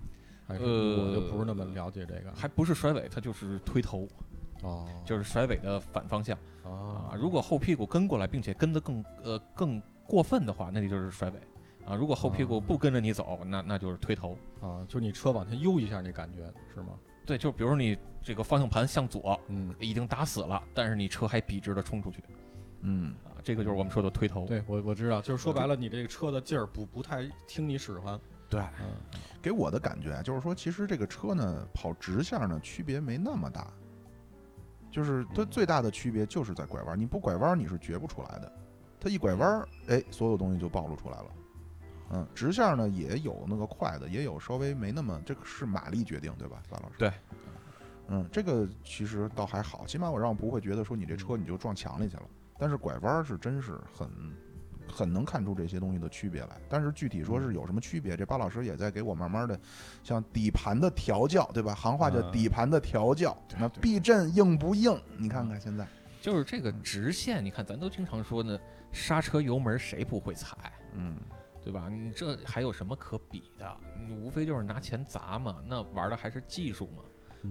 Speaker 2: 还是
Speaker 3: 呃
Speaker 2: 我就不是那么了解这
Speaker 4: 啊
Speaker 2: 个。
Speaker 3: 还不是甩尾，它就是推头，
Speaker 2: 哦，
Speaker 3: 就是甩尾的反方向啊
Speaker 2: 啊。，
Speaker 3: 如果后屁股跟过来，并且跟得更呃更过分的话，那就是甩尾啊。如果后屁股不跟着你走，那那就是推头。
Speaker 2: 啊，就是你车往前悠一下那感觉是吗？
Speaker 3: 对，就比如说你这个方向盘向左
Speaker 2: 嗯，
Speaker 3: 已经打死了，但是你车还笔直的冲出去
Speaker 4: 嗯，
Speaker 3: 啊，这个就是我们说的推头。
Speaker 2: 对我我知道，就是说白了，你这个车的劲儿不不太听你使唤。
Speaker 3: 对
Speaker 2: 嗯，
Speaker 4: 给我的感觉啊就是说，其实这个车呢，跑直线呢，区别没那么大，就是它
Speaker 2: 嗯
Speaker 4: 最大的区别就是在拐弯，你不拐弯你是觉不出来的，它一拐弯，哎，所有东西就暴露出来了。嗯，直线呢也有那个快的，也有稍微没那么，这个是马力决定，对吧，范老师？
Speaker 3: 对。
Speaker 4: 嗯，这个其实倒还好，起码我让不会觉得说你这
Speaker 2: 嗯
Speaker 4: 车你就撞墙里去了。但是拐弯是真是很很能看出这些东西的区别来。但是具体说
Speaker 2: 嗯
Speaker 4: 是有什么区别，这巴老师也在给我慢慢的像底盘的调教，对吧？行话叫
Speaker 2: 嗯
Speaker 4: 底盘的调教。
Speaker 2: 对
Speaker 4: 那
Speaker 2: 对嗯
Speaker 4: 避震硬不硬？你看看现在，
Speaker 3: 就是这个直线，你看咱都经常说呢，刹车油门谁不会踩，
Speaker 4: 嗯，
Speaker 3: 对吧？你这还有什么可比的？你无非就是拿钱砸嘛，那玩的还是技术嘛，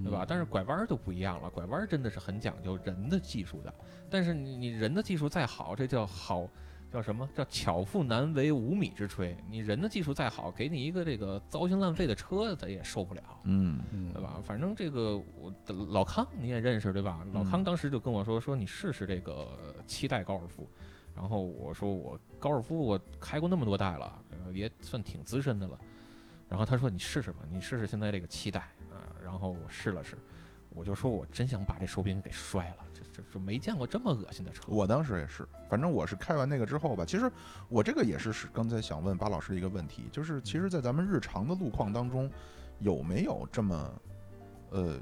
Speaker 3: 对吧？但是拐弯儿就不一样了，拐弯儿真的是很讲究人的技术的。但是你你人的技术再好，这叫好。叫什么叫巧妇难为无米之炊？你人的技术再好，给你一个这个糟心烂肺的车，咱也受不了。
Speaker 4: 嗯
Speaker 2: 嗯，
Speaker 3: 对吧？反正这个我的老康你也认识对吧？老
Speaker 4: 嗯
Speaker 3: 康当时就跟我说说你试试这个七代高尔夫，然后我说我高尔夫我开过那么多代了，呃也算挺资深的了。然后他说你试试吧，你试试现在这个七代啊。然后我试了试，我就说我真想把这手柄给摔了，这这这没见过这么恶心的车。
Speaker 4: 我当时也是，反正我是开完那个之后吧，其实我这个也是是刚才想问巴老师一个问题，就是其
Speaker 2: 嗯
Speaker 4: 实，在咱们日常的路况当中，有没有这么，呃，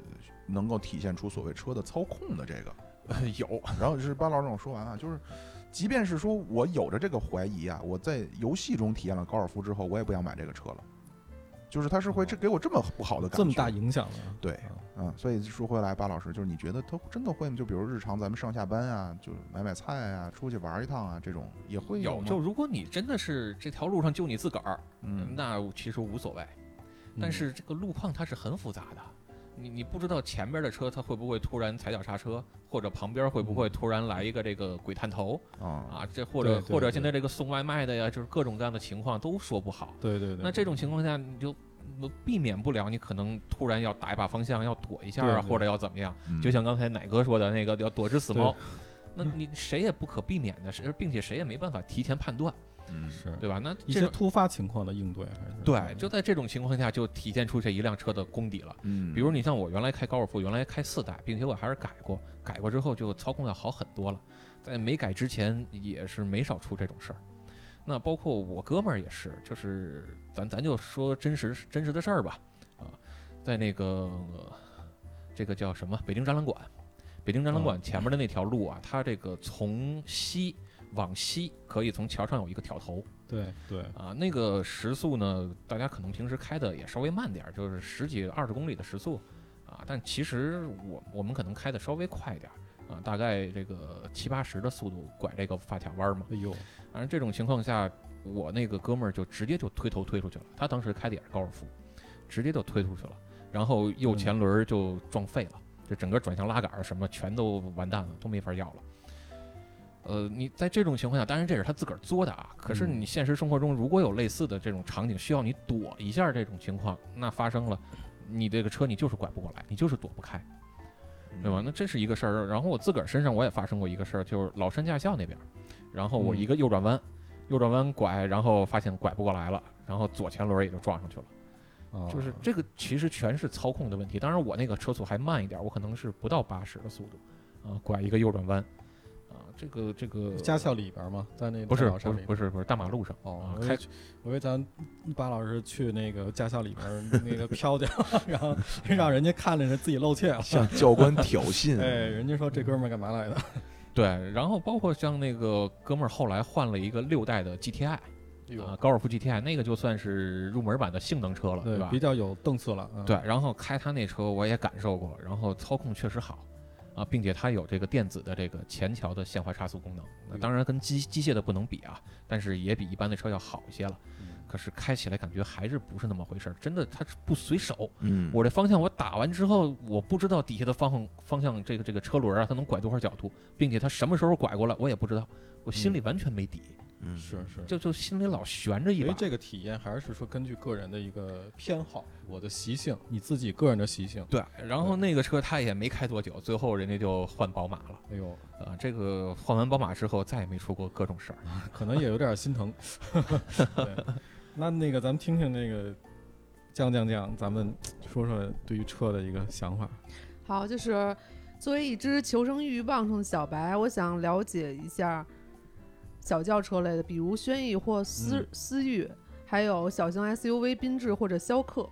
Speaker 4: 能够体现出所谓车的操控的这个？
Speaker 3: 有，
Speaker 4: 然后是巴老师让我说完啊，就是，即便是说我有着这个怀疑啊，我在游戏中体验了高尔夫之后，我也不想买这个车了，就是它是会这给我这么不好的感觉，
Speaker 2: 哦这么大影响了，
Speaker 4: 对
Speaker 2: 啊
Speaker 4: 嗯，所以说回来，巴老师，就是你觉得他真的会吗？就比如日常咱们上下班啊，就是买买菜啊，出去玩一趟啊，这种也会
Speaker 3: 有
Speaker 4: 吗
Speaker 3: 就如果你真的是这条路上就你自个儿，
Speaker 4: 嗯
Speaker 3: 那其实无所谓。
Speaker 2: 嗯
Speaker 3: 但是这个路况它是很复杂的，你你不知道前边的车它会不会突然踩脚刹车，或者旁边会不会突然来一个这个鬼探头
Speaker 4: 啊，
Speaker 3: 啊，这或者
Speaker 2: 对对
Speaker 3: 或者
Speaker 2: 对
Speaker 3: 现在这个送外卖的呀，就是各种各样的情况都说不好。
Speaker 2: 对对对，
Speaker 3: 那这种情况下，你就呃避免不了，你可能突然要打一把方向，要躲一下
Speaker 2: 对
Speaker 3: 啊，
Speaker 2: 对
Speaker 3: 或者要怎么样。
Speaker 4: 嗯
Speaker 3: 就像刚才奶哥说的那个，要躲只死猫
Speaker 2: 对。
Speaker 3: 那你谁也不可避免的，谁并且谁也没办法提前判断，
Speaker 4: 嗯
Speaker 2: 是
Speaker 3: 对吧？那
Speaker 2: 一
Speaker 3: 这
Speaker 2: 些
Speaker 3: 种
Speaker 2: 突发情况的应对，还是
Speaker 3: 对，就在这种情况下，就体现出这一辆车的功底了。
Speaker 4: 嗯，
Speaker 3: 比如你像我原来开高尔夫，原来开四代，并且我还是改过，改过之后就操控要好很多了。在没改之前也是没少出这种事儿。那包括我哥们儿也是，就是咱咱就说真实真实的事儿吧，啊，在那个、呃这个叫什么北京展览馆，北京展览馆前面的那条路啊，它这个从西往西可以从桥上有一个挑头，
Speaker 2: 对对，哎
Speaker 3: 啊，那个时速呢，大家可能平时开的也稍微慢点儿，就是十几、二十公里的时速啊。但其实我我们可能开的稍微快点儿啊，大概这个七八十的速度拐这个发卡弯儿嘛。
Speaker 2: 哎呦，
Speaker 3: 反正这种情况下，我那个哥们儿就直接就推头推出去了。他当时开的也是高尔夫，直接就推出去了，然后右前轮儿就撞废了，这整个转向拉杆儿什么全都完蛋了，都没法要了。呃，你在这种情况下，当然这是他自个儿作的啊。可是你现实生活中如果有类似的这种场景，需要你躲一下这种情况，那发生了，你这个车你就是拐不过来，你就是躲不开，
Speaker 2: 嗯
Speaker 4: 嗯
Speaker 3: 对 吧？那这是一个事儿。然后我自个儿身上我也发生过一个事儿，就是老山驾校那边儿，然后
Speaker 2: 嗯
Speaker 3: 我一个右转弯，右转弯拐，然后发现拐不过来了，然后左前轮也就撞上去了。
Speaker 2: 啊
Speaker 3: 就是这个其实全是操控的问题。当然我那个车速还慢一点，我可能是不到八十的速度，啊，拐一个右转弯，啊，这个这个
Speaker 2: 驾校里边嘛，在那
Speaker 3: 不是
Speaker 2: 大
Speaker 3: 不
Speaker 2: 老
Speaker 3: 是
Speaker 2: 山里
Speaker 3: 不是不是大马路上
Speaker 2: 哦
Speaker 3: 啊，，
Speaker 2: 我以
Speaker 3: 开
Speaker 2: 为我以为咱巴老师去那个驾校里边 儿那个飘去了，然 后让人家看着自己露怯了。
Speaker 4: 向教官挑衅，
Speaker 2: 哎，人家说这哥们儿干嘛来的？
Speaker 3: 对，然后包括像那个哥们儿后来换了一个六代的 GTI
Speaker 2: 哎
Speaker 3: 啊，高尔夫 GTI 那个就算是入门版的性能车了，对
Speaker 2: 对，
Speaker 3: 吧？
Speaker 2: 比较有档次了。嗯
Speaker 3: 对，然后开他那车我也感受过，然后操控确实好，啊，并且它有这个电子的这个前桥的限滑差速功能，那当然跟机机械的不能比啊，但是也比一般的车要好一些了。
Speaker 2: 嗯
Speaker 3: 可是开起来感觉还是不是那么回事儿，真的它是不随手。
Speaker 4: 嗯，
Speaker 3: 我这方向我打完之后，我不知道底下的方向方向这个这个车轮啊，它能拐多少角度，并且它什么时候拐过来我也不知道，我心里完全没底，
Speaker 4: 嗯
Speaker 2: 是是。
Speaker 3: 就就心里老悬着一
Speaker 2: 因
Speaker 3: 把
Speaker 2: 为。这个体验还是说根据个人的一个偏好，我的习性，你自己个人的习性。
Speaker 3: 对，然后那个车它也没开多久，最后人家就换宝马了。
Speaker 2: 哎呦，
Speaker 3: 啊，这个换完宝马之后，再也没出过各种事儿。
Speaker 2: 可能也有点心 疼。对那那个，咱们听听那个降降降，咱们说说对于车的一个想法。
Speaker 5: 好，就是作为一只求生欲旺盛的小白，我想了解一下小轿车类的，比如轩逸或思、
Speaker 2: 嗯
Speaker 5: 思域，还有小型 SUV、缤智或者逍客。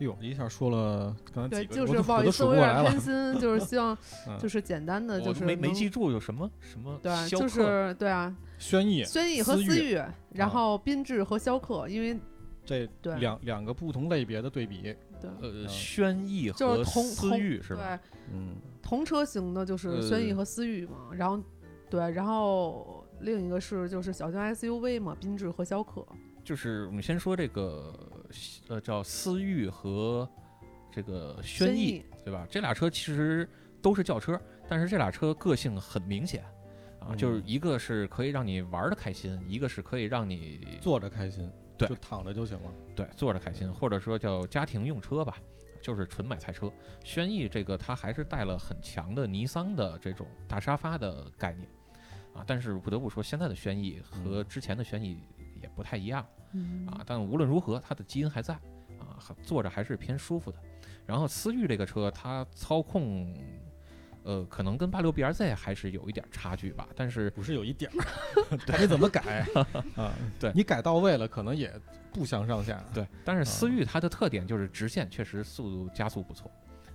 Speaker 2: 哟，哎一下说了刚才
Speaker 5: 对，
Speaker 2: 几个，
Speaker 5: 就
Speaker 2: 我
Speaker 5: 是
Speaker 2: 都
Speaker 5: 不好
Speaker 2: 我
Speaker 5: 意
Speaker 2: 都
Speaker 5: 思，
Speaker 2: 数
Speaker 5: 我
Speaker 2: 不
Speaker 5: 有
Speaker 2: 过来
Speaker 5: 点
Speaker 2: 了
Speaker 5: 偏。心，就是希望
Speaker 2: 嗯
Speaker 5: 就是简单的，
Speaker 3: 我
Speaker 5: 呃就是
Speaker 3: 没没
Speaker 5: 能
Speaker 3: 记住有什么什么
Speaker 5: 对，
Speaker 3: 逍客
Speaker 5: 就是对啊，
Speaker 2: 轩 逸、
Speaker 5: 轩逸和
Speaker 2: 思啊
Speaker 5: 思域，然后缤智和逍客，因为
Speaker 2: 这
Speaker 5: 对
Speaker 2: 两两个不同类别的对比，
Speaker 5: 对
Speaker 3: 呃
Speaker 2: 嗯
Speaker 3: 轩逸
Speaker 5: 就
Speaker 3: 和
Speaker 5: 是同
Speaker 3: 思
Speaker 5: 同
Speaker 3: 域是吧？
Speaker 5: 对
Speaker 2: 嗯，
Speaker 5: 同车型的就是轩逸
Speaker 3: 呃
Speaker 5: 和思域嘛，然后对，然后另一个是就是小型 SUV 嘛，缤智和逍客。
Speaker 3: 就是我们先说这个呃叫思域和这个
Speaker 5: 轩
Speaker 3: 轩逸
Speaker 5: 逸，
Speaker 3: 对吧？这俩车其实都是轿车，但是这俩车个性很明显啊，
Speaker 2: 嗯
Speaker 3: 就是一个是可以让你玩的开心，一个是可以让你
Speaker 2: 坐着开心，
Speaker 3: 对
Speaker 2: 就躺着就行了。
Speaker 3: 对坐着开心，或者说叫家庭用车吧。就是纯买菜车，轩逸这个它还是带了很强的尼桑的这种大沙发的概念，啊，但是不得不说，现在的轩逸和之前的轩逸也不太一样，
Speaker 5: 嗯
Speaker 3: 啊，但无论如何，它的基因还在啊，还坐着还是偏舒服的。然后思域这个车，它操控，呃，可能跟八六 BRZ 还是有一点差距吧，但是
Speaker 2: 不是有一点儿， 看你怎 么改啊？
Speaker 3: 对
Speaker 2: 你改到位了，可能也不相上下。
Speaker 3: 对，但
Speaker 2: 嗯
Speaker 3: 是思域它的特点就是直线确实速度加速不错。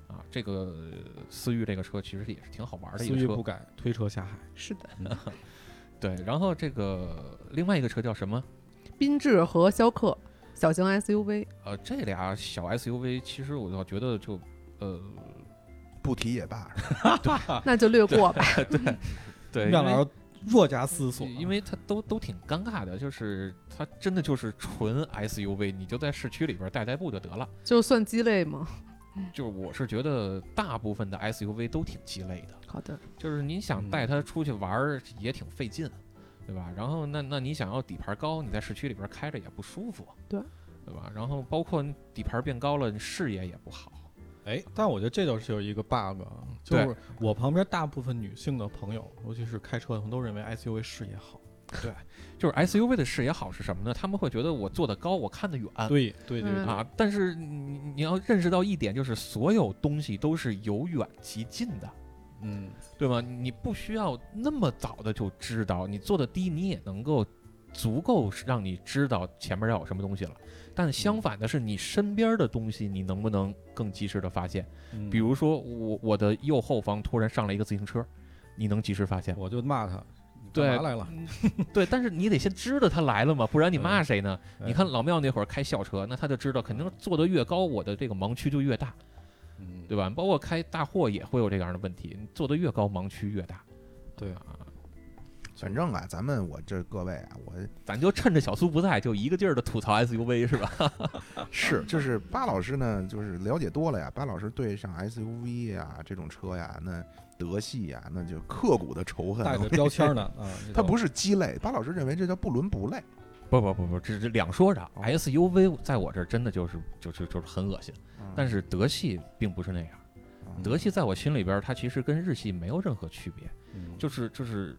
Speaker 3: 啊，这个呃思域这个车其实也是挺好玩的
Speaker 2: 思
Speaker 3: 一个
Speaker 2: 域
Speaker 3: 车
Speaker 2: 不，改，推车下海。
Speaker 5: 是的，
Speaker 3: 对。然后这个另外一个车叫什么？
Speaker 5: 缤智和逍客，小型 SUV。
Speaker 3: 呃，这俩小 SUV 其实我倒觉得就，呃，
Speaker 4: 不提也罢。
Speaker 5: 那就略过吧。
Speaker 3: 对，
Speaker 2: 妙
Speaker 3: 因为
Speaker 2: 老师若加思索，啊
Speaker 3: 因为它都都挺尴尬的，就是它真的就是纯 SUV，你就在市区里边代代步就得了。
Speaker 5: 就算鸡肋嘛。
Speaker 3: 就是我是觉得大部分的 SUV 都挺鸡肋的，
Speaker 5: 好的，
Speaker 3: 就是你想
Speaker 2: 嗯
Speaker 3: 带它出去玩儿也挺费劲，对吧？然后那那你想要底盘高，你在市区里边开着也不舒服，
Speaker 5: 对
Speaker 3: 对吧？然后包括底盘变高了，你视野也不好。
Speaker 2: 哎，但我觉得这就是有一个 bug，啊就是我旁边大部分女性的朋友，尤其是开车的，都认为 SUV 视野好。
Speaker 3: 就是 SUV 的视野好是什么呢？他们会觉得我坐得高，我看得远。
Speaker 2: 对对对
Speaker 5: 嗯
Speaker 2: 对，
Speaker 3: 啊，但是你你要认识到一点，就是所有东西都是由远及近的，
Speaker 2: 嗯，
Speaker 3: 对吗？你不需要那么早的就知道，你做的低，你也能够足够让你知道前面要有什么东西了。但相反的是，你身边的东西，你能不能更及时的发现？
Speaker 2: 嗯
Speaker 3: 比如说，我我的右后方突然上来一个自行车，你能及时发 现吗？
Speaker 2: 我就骂他，你
Speaker 3: 对
Speaker 2: 干嘛来了？
Speaker 3: 对，但是你得先知道他来了嘛，不然你骂谁呢？
Speaker 2: 哎
Speaker 3: 你看，老庙那会儿开校车，那他就知道，肯定坐得越高，我的这个盲区就越大。
Speaker 2: 嗯
Speaker 3: 对吧？包括开大货也会有这样的问题，你做的越高，盲区越大。
Speaker 2: 对
Speaker 3: 啊，
Speaker 4: 反正啊，咱们我这各位啊， 我
Speaker 3: 咱就趁着小苏不在，就一个劲儿的吐槽 SUV 是吧？
Speaker 4: 是，就是巴老师呢，就是了解多了呀。巴老师对像 SUV 呀啊这种车呀，那德系呀，那就刻骨的仇恨。
Speaker 2: 带着标签呢啊，
Speaker 4: 他不
Speaker 2: 是
Speaker 4: 是鸡肋，巴老师认为这叫不伦不类。
Speaker 3: 不不不不，这这两说啊着，SUV 在我这儿真的就是就是就是很恶心，但
Speaker 4: 是
Speaker 3: 是德系并不是那样。德系在我心里边儿，它其实跟日系没有任何区别，
Speaker 2: 嗯
Speaker 3: 就是就是，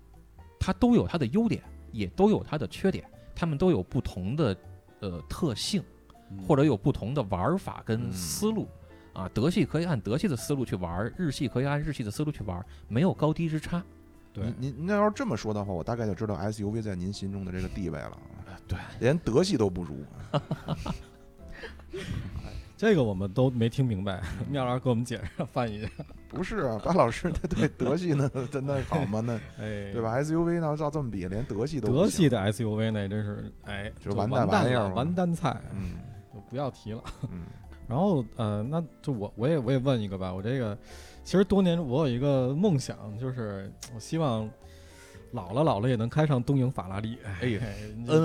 Speaker 3: 它都有它的优点，也都有它的缺点，它们都有不同的呃特性。
Speaker 2: 嗯
Speaker 3: 或者有不同的玩法跟思路。啊，德系可以按德系的思路去玩，日系可以按日系的思路去玩，没有高低之差。
Speaker 2: 对
Speaker 4: 您您那要是这么说的话，我大概就知道 SUV 在您心中的这个地位了。啊
Speaker 2: 呃
Speaker 3: 对，
Speaker 4: 连德系都不如。啊
Speaker 2: 这个我们都没听明白，妙老师给我们解释翻译一下，
Speaker 4: 不是啊，巴老师他对德系呢，真的好吗？ 那
Speaker 2: 哎，
Speaker 4: 对？吧？SUV 呢，照这么比，连德系都不
Speaker 2: 德系
Speaker 4: 行，
Speaker 2: 的 SUV 那真是，哎，
Speaker 4: 就
Speaker 2: 就
Speaker 4: 完
Speaker 2: 完
Speaker 4: 蛋玩意儿
Speaker 2: 了
Speaker 4: 嘛
Speaker 2: 完蛋菜，
Speaker 4: 嗯
Speaker 2: 就不要提了。
Speaker 4: 嗯，
Speaker 2: 然后呃，那就我我也我也问一个吧，我这个其实多年我有一个梦想，就是我希望老了老了也能开上东瀛法拉利。
Speaker 3: 哎呀
Speaker 2: 哎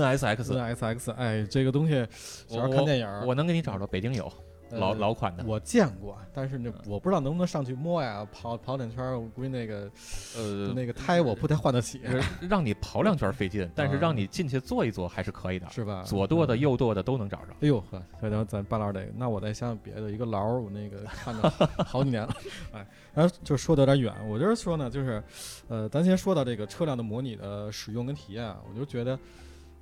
Speaker 3: NSX，
Speaker 2: N S X，哎，这个东西小时候
Speaker 3: 我
Speaker 2: 看电影儿，
Speaker 3: 我能给你找着，北京有
Speaker 2: 呃
Speaker 3: 老嗯老款的。
Speaker 2: 我见过，但是那我不知道能不能上去摸呀，跑跑两圈儿，我估计那个
Speaker 3: 呃，
Speaker 2: 那个胎我不太换得起，
Speaker 3: 让你跑两圈费劲，但是
Speaker 2: 啊
Speaker 3: 让你进去坐一坐还嗯是啊嗯可以的。
Speaker 2: 是吧？
Speaker 3: 左舵的、右舵的都能找着。
Speaker 2: 哎呦呵，回头咱半老得，那我再想想别的一个劳儿，我那个看了好几年了，哎，然后就说的有点远，我就是说呢，就是，呃，咱先说到这个车辆的模拟的使用跟体验啊，我就觉得，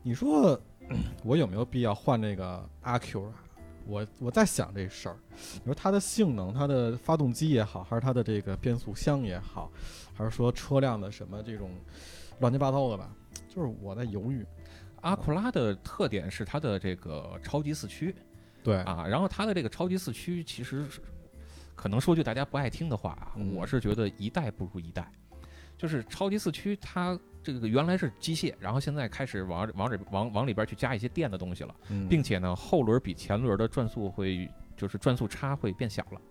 Speaker 2: 你说 嗯我有没有必要换这个阿 Q 啊？我我在想这事儿，你说它的性能，它的发动机也好，还是它的这个变速箱也好，还是说车辆的什么这种乱七八糟的吧，就是我在犹豫
Speaker 3: 阿库拉的特点是它的这个超级四驱
Speaker 2: 对，
Speaker 3: 啊，然后它的这个超级四驱其实是可能说句大家不爱听的话啊，
Speaker 2: 嗯
Speaker 3: 我是觉得一代不如一代，就是超级四驱它这个原来是机械，然后现在开始往往里往往里边去加一些电的东西了。
Speaker 2: 嗯
Speaker 3: 并且呢，后轮比前轮的转速会，就是转速差会变小了。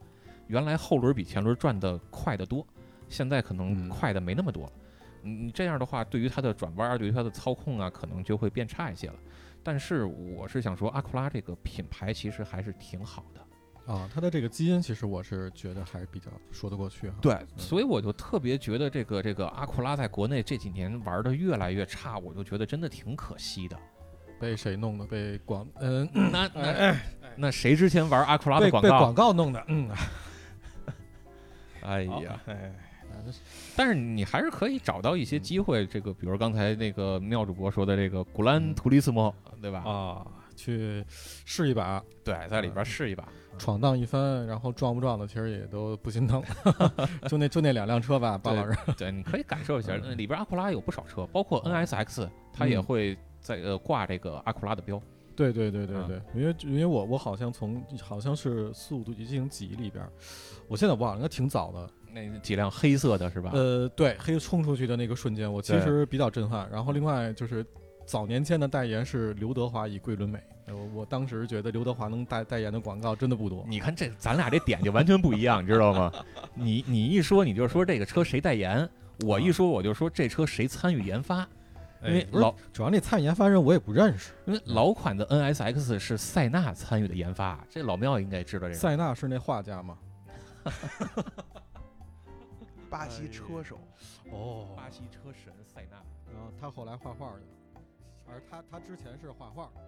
Speaker 3: 原来后轮比前轮转的快得多，现在可能
Speaker 2: 嗯
Speaker 3: 快的没那么多了。你你这样的话，对于它的转弯啊，对于它的操控啊，可能就会变差一些了。但是我是想说，阿库拉这个品牌其实还是挺好的，
Speaker 2: 啊，它的这个基因其实我是觉得还是比较说得过去哈。
Speaker 4: 对
Speaker 2: 嗯，
Speaker 3: 所以我就特别觉得这个这个阿库拉在国内这几年玩的越来越差，我就觉得真的挺可惜 的。
Speaker 2: 被谁弄的？被广嗯，
Speaker 3: 那那那谁之前玩阿库拉的
Speaker 2: 哎被
Speaker 3: 广
Speaker 2: 被
Speaker 3: 告
Speaker 2: 广？告弄的。嗯，
Speaker 3: 哎
Speaker 2: 好
Speaker 3: 呀，，
Speaker 2: 哎，
Speaker 3: 但是你还是可以找到一些机会，这个比如刚才那个妙主播说的这个古兰图利斯莫，对吧？
Speaker 2: 啊，去试一把，
Speaker 3: 哦对，在里边试一把。
Speaker 2: 闯荡一番，然后撞不撞的，其实也都不心疼。 就那就那两辆车吧，巴老师。
Speaker 3: 对，你可以感受一下，呃
Speaker 2: 嗯
Speaker 3: 那里边阿库拉有不少车，包括 NSX，它也会在呃挂这个阿库拉的标。
Speaker 2: 对对对对
Speaker 3: 嗯
Speaker 2: 对，因为因为我我好像从好像是《速度与激情几》里边儿，我现在忘了，应该挺早的。
Speaker 3: 那几辆黑色的是吧？
Speaker 2: 呃，对，黑冲出去的那个瞬间，我其
Speaker 3: 对
Speaker 2: 实比较震撼。然后另外就是早年间的代言是刘德华以桂纶镁，呃我我当时觉得刘德华能代代言的广告真的不多。
Speaker 3: 你看这咱俩这点就完全不一样，你知道 吗？你你一说你就说这个车谁代言，我一说我就说这车谁参与研发，因为
Speaker 2: 不是
Speaker 3: 哎老
Speaker 2: 主要那参与研发人我也不认识，
Speaker 3: 因为老款的 NSX 是塞纳参与的研发，这老庙应该知道这个。
Speaker 2: 塞纳是那画家嘛？
Speaker 4: 巴西车手，
Speaker 2: 哦
Speaker 3: 巴西车神塞纳。
Speaker 2: 然后他后来画画去了，而他他之前是画画的。